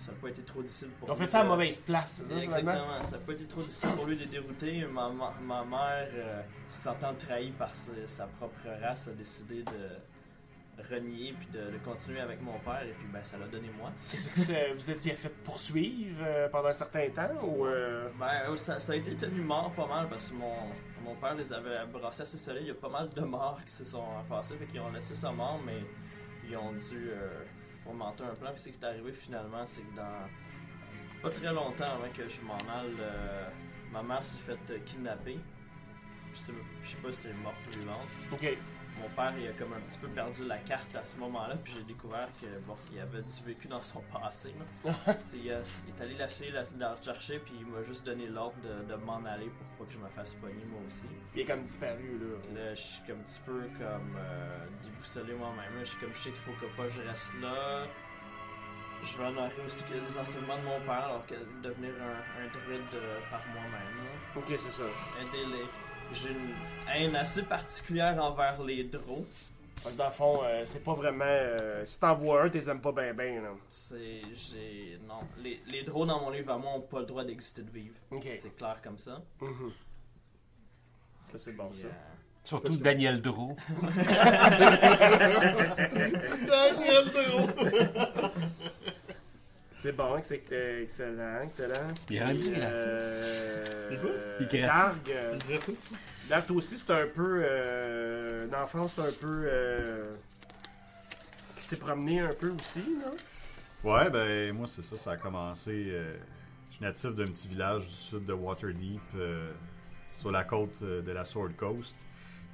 [SPEAKER 4] ça n'a pas été trop difficile pour
[SPEAKER 1] Ils ont
[SPEAKER 4] lui
[SPEAKER 1] fait ça à
[SPEAKER 4] de-
[SPEAKER 1] mauvaise place, c'est ça? finalement?
[SPEAKER 4] Exactement, ça n'a pas été trop difficile pour lui de dérouter. Ma, ma, ma mère, euh, se sentant trahie par sa- sa propre race, a décidé de renier puis de, de continuer avec mon père, et puis ben, ça l'a donné moi.
[SPEAKER 1] Est-ce que ça- vous étiez fait poursuivre euh, pendant un certain temps ou. euh,
[SPEAKER 4] Ben, euh, ça, ça a été tenu mort pas mal parce que mon, mon père les avait brassés assez solides. Il y a pas mal de morts qui se sont passés, fait qu'ils ont laissé ça mort, mais ils ont dû euh, fomenter un plan. Puis ce qui est arrivé finalement, c'est que dans pas très longtemps avant que je m'en aille, euh, ma mère s'est faite euh, kidnapper. Je sais, je sais pas si c'est morte ou vivante.
[SPEAKER 1] Ok.
[SPEAKER 4] Mon père, il a comme un petit peu perdu la carte à ce moment-là, puis j'ai découvert que bon, il avait du vécu dans son passé. là. C'est- il, a- il est allé lâcher, la, la rechercher, puis il m'a juste donné l'ordre de, de m'en aller pour pas que je me fasse pogner moi aussi.
[SPEAKER 1] Il est comme disparu, là.
[SPEAKER 4] Puis là, je suis comme un petit peu comme euh, déboussolé moi-même. là. Je suis comme je sais qu'il faut que pas je reste là. Je vais honorer aussi que les enseignements de mon père, alors que devenir un, un druide euh, par moi-même. là
[SPEAKER 1] Ok, c'est ça.
[SPEAKER 4] aider les- J'ai une haine assez particulière envers les drôles.
[SPEAKER 1] Fait que Dans le fond, euh, c'est pas vraiment. euh, si t'en vois un, t'es aimes pas ben ben, là.
[SPEAKER 4] C'est. J'ai. Non. Les, les drôles dans mon livre à moi n'ont pas le droit d'exister de vivre.
[SPEAKER 1] Ok.
[SPEAKER 4] C'est clair comme ça.
[SPEAKER 1] Mhm. Ça, c'est bon,
[SPEAKER 4] Puis,
[SPEAKER 1] ça.
[SPEAKER 4] euh,
[SPEAKER 3] Surtout Daniel Dro.
[SPEAKER 2] Daniel Dero!
[SPEAKER 1] C'est bon, c'est euh, excellent, excellent.
[SPEAKER 3] Il est rendu
[SPEAKER 1] Euh,
[SPEAKER 2] Il est quoi?
[SPEAKER 1] euh,
[SPEAKER 3] Il est
[SPEAKER 1] Darg, euh, Darg, toi aussi, c'est un peu. Euh, une enfance un peu. euh, qui s'est promené un peu aussi, là.
[SPEAKER 5] Ouais, ben moi c'est ça, ça a commencé. euh, je suis natif d'un petit village du sud de Waterdeep, euh, sur la côte euh, de la Sword Coast.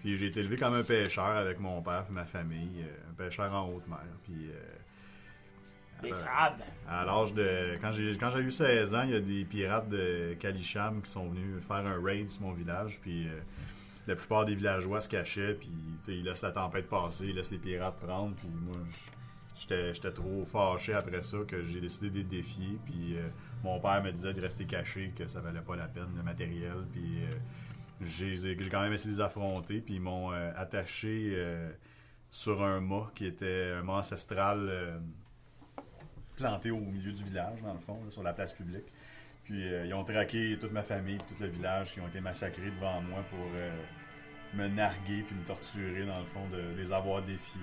[SPEAKER 5] Puis j'ai été élevé comme un pêcheur avec mon père et ma famille, euh, un pêcheur en haute mer. Puis euh,
[SPEAKER 1] Des crabes.
[SPEAKER 5] À l'âge de. Quand j'ai quand j'ai eu 16 ans, il y a des pirates de Kalicham qui sont venus faire un raid sur mon village. Puis euh, la plupart des villageois se cachaient. Puis tu sais, ils laissent la tempête passer, ils laissent les pirates prendre. Puis moi, j- j'étais j'étais trop fâché après ça que j'ai décidé de les défier. Puis euh, mon père me disait de rester caché, que ça valait pas la peine, le matériel. Puis euh, j'ai j'ai quand même essayé de les affronter. Puis ils m'ont euh, attaché euh, sur un mât qui était un mât ancestral. euh, planté au milieu du village, dans le fond, là, sur la place publique. Puis euh, ils ont traqué toute ma famille, puis tout le village, qui ont été massacrés devant moi pour euh, me narguer puis me torturer, dans le fond, de les avoir défiés.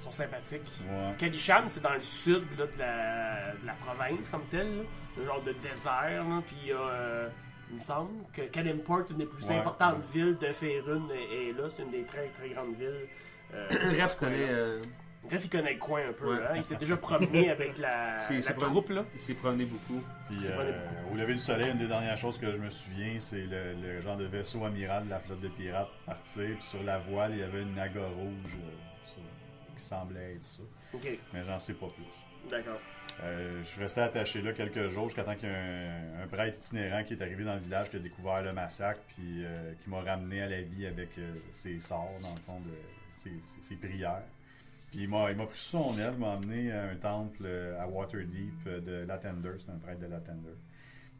[SPEAKER 1] Ils sont sympathiques.
[SPEAKER 5] Ouais.
[SPEAKER 1] Kalicham, c'est dans le sud là, de, la, de la province comme tel, là. le genre de désert. là, Puis il y a, euh, il me semble que Kalimport, une des plus
[SPEAKER 5] Ouais,
[SPEAKER 1] importantes
[SPEAKER 5] ouais.
[SPEAKER 1] villes de Faerun, est, est là. C'est une des très très grandes villes. euh,
[SPEAKER 3] Ref connaît euh,
[SPEAKER 1] Bref, il connaît le coin un peu.
[SPEAKER 3] Ouais.
[SPEAKER 1] Hein? Il s'est déjà promené avec la,
[SPEAKER 3] C'est-
[SPEAKER 1] la
[SPEAKER 3] c'est pas-
[SPEAKER 1] troupe. Là.
[SPEAKER 3] Il s'est promené beaucoup.
[SPEAKER 5] Puis
[SPEAKER 1] C'est
[SPEAKER 5] euh, au lever du soleil, une des dernières choses que je me souviens, c'est le, le genre de vaisseau amiral de la flotte de pirates partir, puis sur la voile, il y avait une naga rouge euh, sur- qui semblait être ça.
[SPEAKER 1] Ok,
[SPEAKER 5] Mais j'en sais pas plus.
[SPEAKER 1] d'accord.
[SPEAKER 5] Euh, je suis resté attaché là quelques jours jusqu'à temps qu'il y ait un, un prêtre itinérant qui est arrivé dans le village, qui a découvert le massacre, puis euh, qui m'a ramené à la vie avec euh, ses sorts, dans le fond, de, ses, ses- ses prières. Puis il m'a il m'a pris sous son aile, m'a emmené à un temple euh, à Waterdeep euh, de Latender, c'est un prêtre de Latender.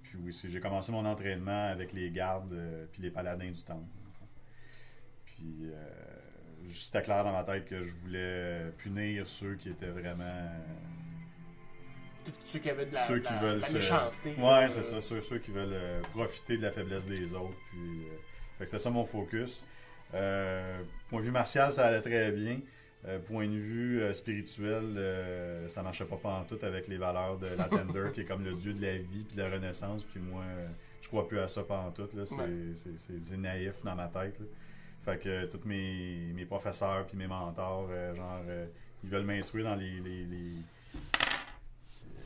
[SPEAKER 5] Puis oui, c'est- j'ai commencé mon entraînement avec les gardes euh, puis les paladins du temple. Puis euh, c'était clair dans ma tête que je voulais punir ceux qui étaient vraiment... euh,
[SPEAKER 1] Tous ceux qui avaient de la,
[SPEAKER 5] ceux
[SPEAKER 1] de
[SPEAKER 5] qui
[SPEAKER 1] la-
[SPEAKER 5] veulent
[SPEAKER 1] de la
[SPEAKER 5] se-
[SPEAKER 1] méchanceté.
[SPEAKER 5] Ouais,
[SPEAKER 1] là,
[SPEAKER 5] c'est
[SPEAKER 1] euh,
[SPEAKER 5] ça, ceux, ceux qui veulent euh, profiter de la faiblesse des autres. Puis, euh, fait que c'était ça mon focus. Euh, point de vue martial, ça allait très bien. Euh, point de vue euh, spirituel, euh, ça marchait pas pantoute avec les valeurs de la Tender, qui est comme le dieu de la vie puis de la renaissance. Puis moi, euh, je crois plus à ça pantoute. là. C'est
[SPEAKER 1] Ouais.
[SPEAKER 5] c'est- c'est- c'est naïf dans ma tête. là. Fait que euh, tous mes, mes professeurs puis mes mentors, euh, genre, euh, ils veulent m'instruire dans les, les- les- euh,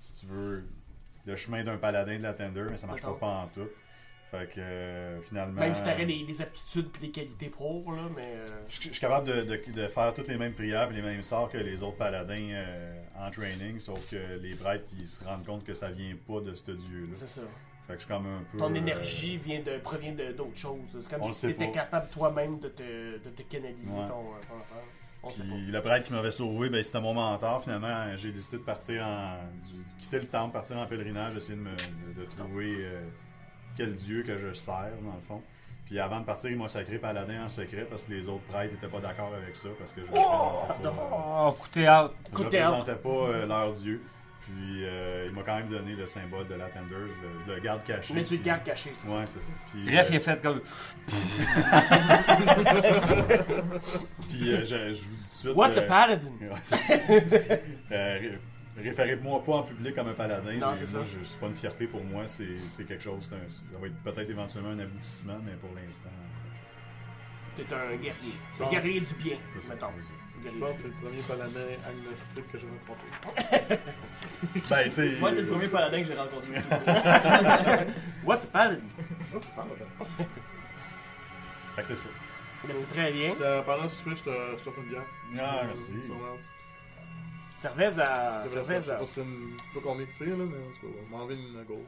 [SPEAKER 5] si tu veux, le chemin d'un paladin de la Tender, mais ça marche pas
[SPEAKER 1] D'accord.
[SPEAKER 5] pas en tout. Fait que euh, finalement.
[SPEAKER 1] Même si t'avais des, des aptitudes et des qualités pour, là, mais. euh,
[SPEAKER 5] Je, je suis capable de, de- de faire toutes les mêmes prières et les mêmes sorts que les autres paladins euh, en training, sauf que les prêtres, ils se rendent compte que ça vient pas de ce dieu-là.
[SPEAKER 1] C'est ça.
[SPEAKER 5] Fait que je suis comme un peu.
[SPEAKER 1] Ton
[SPEAKER 5] euh,
[SPEAKER 1] énergie vient de, provient de- d'autres choses. C'est comme
[SPEAKER 5] On le
[SPEAKER 1] si
[SPEAKER 5] sait
[SPEAKER 1] t'étais
[SPEAKER 5] pas.
[SPEAKER 1] capable toi-même de te, de te canaliser
[SPEAKER 5] Ouais.
[SPEAKER 1] ton, euh, ton affaire. On sait
[SPEAKER 5] Puis
[SPEAKER 1] pas.
[SPEAKER 5] le prêtre qui m'avait sauvé, ben, c'était mon mentor. Finalement, euh, j'ai décidé de partir en. du- quitter le temple, partir en pèlerinage, essayer de, me, de, de trouver euh, quel dieu que je sers, dans le fond. Puis avant de partir, il m'a sacré paladin en secret parce que les autres prêtres n'étaient pas d'accord avec ça, parce que je représentais pas, euh,
[SPEAKER 3] Oh, écoutez, hâte.
[SPEAKER 5] je
[SPEAKER 1] Coup de théâtre.
[SPEAKER 5] représentais pas euh, leur dieu. Puis euh, il m'a quand même donné le symbole de la Tender. Je le, je le garde caché.
[SPEAKER 1] Mais tu le gardes caché, ça.
[SPEAKER 5] Ouais, c'est ça. Puis,
[SPEAKER 3] Bref,
[SPEAKER 5] euh,
[SPEAKER 3] il a fait comme.
[SPEAKER 5] puis, euh, je, je vous dis tout de suite.
[SPEAKER 1] What's a
[SPEAKER 5] euh,
[SPEAKER 1] paladin?
[SPEAKER 5] Ouais, c'est ça. Euh, ré- Référez-moi pas en public comme un paladin.
[SPEAKER 1] Non,
[SPEAKER 5] J'ai-
[SPEAKER 1] c'est
[SPEAKER 5] moi,
[SPEAKER 1] ça.
[SPEAKER 5] je- C'est pas une fierté pour moi. C'est c'est quelque chose. c'est un- ça va être peut-être éventuellement un aboutissement, mais pour l'instant.
[SPEAKER 1] T'es un guerrier.
[SPEAKER 5] Je
[SPEAKER 1] Un
[SPEAKER 5] pense-
[SPEAKER 1] guerrier du bien,
[SPEAKER 5] c'est ça.
[SPEAKER 1] mettons. Un
[SPEAKER 2] Je
[SPEAKER 1] guerrier
[SPEAKER 2] pense que
[SPEAKER 1] du
[SPEAKER 2] c'est le premier paladin agnostique que j'ai rencontré.
[SPEAKER 5] Ben, tu sais.
[SPEAKER 4] Moi, c'est le premier paladin que j'ai rencontré. Ben,
[SPEAKER 1] bien. What's a paladin?
[SPEAKER 2] Oh, tu parles, attends.
[SPEAKER 5] Fait que c'est ça.
[SPEAKER 1] Mais c'est très bien.
[SPEAKER 2] Euh, Pendant le souper, je te- je t'offre une bière.
[SPEAKER 5] Ah,
[SPEAKER 2] Euh,
[SPEAKER 5] merci.
[SPEAKER 2] sûrement, tu-
[SPEAKER 1] Cerveza.
[SPEAKER 2] Ah, C'est vrai, ça, je sais
[SPEAKER 1] Cerveza.
[SPEAKER 2] pas si c'est une- je sais pas combien que c'est, là, mais en tout cas, on va m'enlever une gold.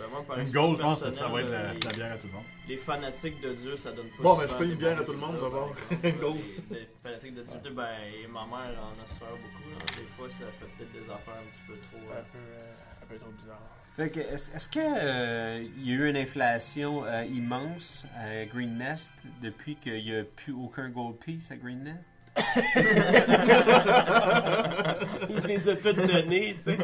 [SPEAKER 5] Une gold, je pense que ça va être la,
[SPEAKER 4] euh,
[SPEAKER 5] la bière à tout le monde.
[SPEAKER 4] Les fanatiques de Dieu, ça donne pas
[SPEAKER 2] Bon, ben,
[SPEAKER 4] souvent
[SPEAKER 2] je paye une
[SPEAKER 4] des
[SPEAKER 2] bière
[SPEAKER 4] bons
[SPEAKER 2] à tout le monde,
[SPEAKER 4] résultats,
[SPEAKER 2] d'abord.
[SPEAKER 4] par exemple, là,
[SPEAKER 2] Go.
[SPEAKER 4] les- Les fanatiques de Dieu, ben, et ma mère en a souffert beaucoup. là. Des fois, ça fait peut-être des affaires un petit peu trop.
[SPEAKER 1] Un
[SPEAKER 4] euh,
[SPEAKER 1] peu, euh, un peu trop bizarre.
[SPEAKER 3] Fait que, est-ce est-ce que euh, il y a eu une inflation euh, immense à Green Nest depuis qu'il n'y a plus aucun gold piece à Green Nest?
[SPEAKER 1] Il les a toutes données, tu sais.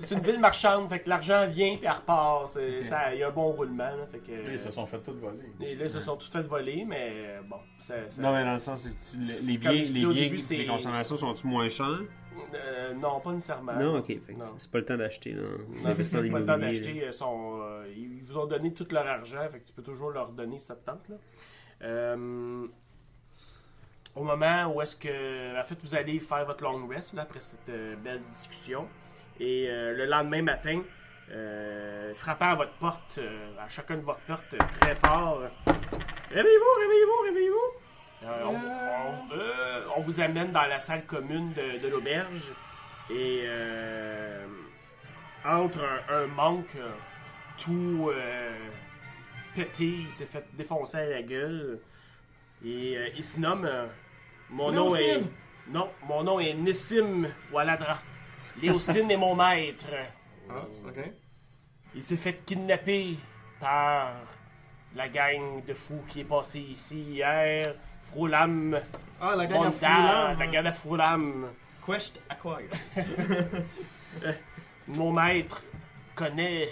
[SPEAKER 1] C'est une ville marchande, fait que l'argent vient puis elle repart. C'est-
[SPEAKER 3] Ok.
[SPEAKER 1] ça- Il y a un bon roulement, là, fait que...
[SPEAKER 5] Ils se sont fait toutes voler.
[SPEAKER 1] Et là, ils se sont toutes fait voler, mais euh, bon, ça- ça-
[SPEAKER 3] Non, mais dans le sens, c'est que tu- le- les
[SPEAKER 1] Comme
[SPEAKER 3] biens,
[SPEAKER 1] je dis
[SPEAKER 3] les
[SPEAKER 1] au
[SPEAKER 3] biens,
[SPEAKER 1] début, c'est-
[SPEAKER 3] les consommations sont-ils moins chers?
[SPEAKER 1] Euh, non, pas nécessairement.
[SPEAKER 3] Non, ok. Fait que
[SPEAKER 1] Non.
[SPEAKER 3] c'est pas le temps d'acheter. là.
[SPEAKER 1] Non, c'est
[SPEAKER 3] L'investissement
[SPEAKER 1] pas le temps
[SPEAKER 3] immobilier,
[SPEAKER 1] d'acheter. euh, sont, euh, ils ils vous ont donné tout leur argent, fait que tu peux toujours leur donner cette tente. Là. Euh, au moment où est-ce que. En fait, vous allez faire votre long rest là, après cette euh, belle discussion. Et euh, le lendemain matin, euh, frappant à votre porte, euh, à chacun de votre porte, euh, très fort. euh, réveillez-vous, réveillez-vous, réveillez-vous! Euh, on, on- euh, on vous amène dans la salle commune de, de l'auberge. Et euh, entre un, un manque euh, tout euh, pété, il s'est fait défoncer à la gueule. Et euh, il se nomme. euh, mon nom est.
[SPEAKER 2] Léocine!
[SPEAKER 1] Non, mon nom est Nissim Waladra. Léocine est mon maître.
[SPEAKER 2] Ah, ok.
[SPEAKER 1] Il s'est fait kidnapper par la gang de fous qui est passée ici hier. Froulam,
[SPEAKER 2] Ah, la gang à
[SPEAKER 1] Mondar,
[SPEAKER 2] Foulam.
[SPEAKER 1] la gang de Froulam.
[SPEAKER 4] Quest Acquire.
[SPEAKER 1] Mon maître connaît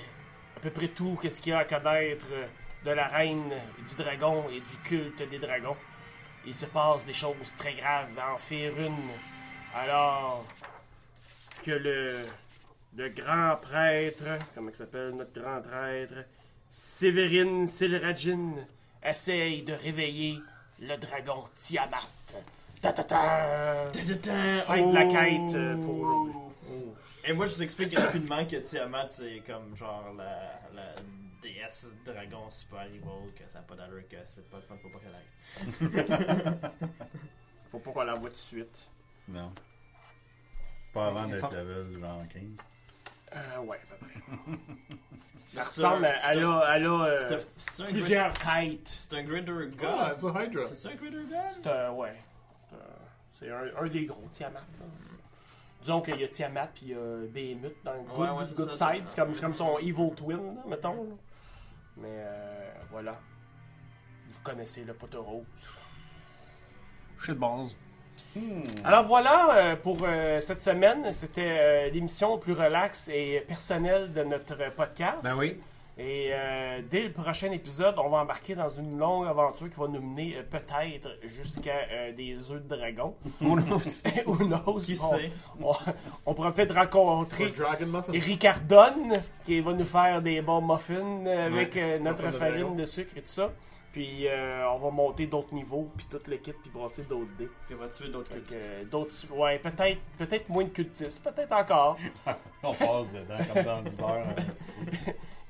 [SPEAKER 1] à peu près tout quest ce qu'il y a à connaître euh, de la reine, et du dragon et du culte des dragons. Il se passe des choses très graves à en faire une, alors que le, le grand prêtre, comment il s'appelle notre grand prêtre, Séverine Silrajin, essaye de réveiller le dragon Tiamat. Ta-ta-ta! Fin de la quête euh, pour aujourd'hui.
[SPEAKER 4] Et moi, je vous explique rapidement que Tiamat, c'est comme genre la, la déesse dragon super evil, que ça n'a pas d'allure, que c'est pas le fun, faut pas qu'elle arrive.
[SPEAKER 1] Faut pas qu'on la voit tout de suite.
[SPEAKER 5] Non. Pas avant
[SPEAKER 3] Il est
[SPEAKER 5] d'être
[SPEAKER 3] fort.
[SPEAKER 5] level genre 15.
[SPEAKER 1] Euh, ouais, à peu près.
[SPEAKER 4] Mais
[SPEAKER 1] Elle
[SPEAKER 4] c'est un-
[SPEAKER 1] ressemble à.
[SPEAKER 4] c'est
[SPEAKER 1] Elle
[SPEAKER 4] un-
[SPEAKER 1] a, elle a euh,
[SPEAKER 4] c'est un- C'est un Greater-
[SPEAKER 1] plusieurs têtes.
[SPEAKER 4] c'est un Greater
[SPEAKER 2] Ah,
[SPEAKER 4] God.
[SPEAKER 2] c'est un Hydra.
[SPEAKER 4] C'est ça un Greater God?
[SPEAKER 1] C'est un. Ouais. Euh, C'est un, un des gros, Tiamat. là. Disons qu'il y a Tiamat puis il y a Behemoth dans le Good,
[SPEAKER 4] Ouais, ouais, c'est
[SPEAKER 1] good
[SPEAKER 4] ça.
[SPEAKER 1] Side. C'est comme, c'est comme son Evil Twin, là, mettons. là. Mais euh, voilà. Vous connaissez le poteau rose.
[SPEAKER 3] Shit balls.
[SPEAKER 4] Mm.
[SPEAKER 1] Alors voilà euh, pour euh, cette semaine. C'était euh, l'émission plus relaxe et personnelle de notre podcast.
[SPEAKER 3] Ben oui.
[SPEAKER 1] Et euh, dès le prochain épisode, on va embarquer dans une longue aventure qui va nous mener euh, peut-être jusqu'à euh, des œufs de dragon.
[SPEAKER 3] On a aussi-
[SPEAKER 1] Ou knows?
[SPEAKER 4] Qui
[SPEAKER 1] on,
[SPEAKER 4] sait?
[SPEAKER 1] on, on pourra peut-être
[SPEAKER 2] Le
[SPEAKER 1] rencontrer
[SPEAKER 2] Dragon Muffin.
[SPEAKER 1] Ricardone qui va nous faire des bons muffins avec euh, notre
[SPEAKER 2] Muffins de
[SPEAKER 1] farine
[SPEAKER 2] dragon.
[SPEAKER 1] de sucre et tout ça. Puis euh, on va monter d'autres niveaux, puis tout le kit, puis brasser d'autres dés.
[SPEAKER 4] Puis on va tuer d'autres
[SPEAKER 1] Fait que,
[SPEAKER 4] cultistes.
[SPEAKER 1] euh, d'autres, ouais, peut-être, peut-être moins de cultistes, peut-être encore.
[SPEAKER 5] On passe dedans comme dans hein. du beurre. en esti.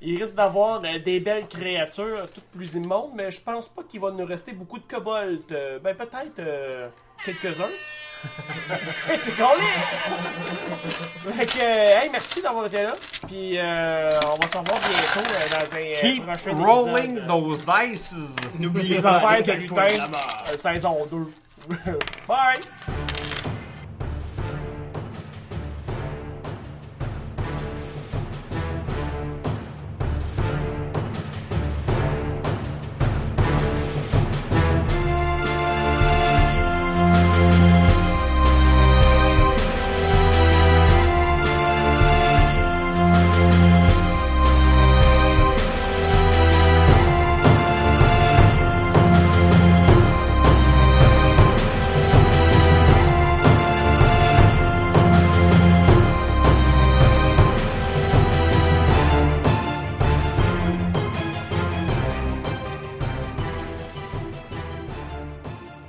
[SPEAKER 1] Il risque d'avoir euh, des belles créatures, toutes plus immondes, mais je pense pas qu'il va nous rester beaucoup de kobolds. Euh, ben peut-être euh, quelques-uns. hey, c'est con, les- Fait que, euh, hey, merci d'avoir été là. Puis euh, on va se revoir bientôt euh, dans un euh,
[SPEAKER 3] Keep
[SPEAKER 1] prochain
[SPEAKER 3] rolling
[SPEAKER 1] épisode,
[SPEAKER 3] those dices.
[SPEAKER 1] Les
[SPEAKER 4] N'oubliez
[SPEAKER 1] affaires
[SPEAKER 4] les
[SPEAKER 1] de
[SPEAKER 4] calculs de
[SPEAKER 1] lutin.
[SPEAKER 4] la mort.
[SPEAKER 1] euh, saison 2. euh, Bye!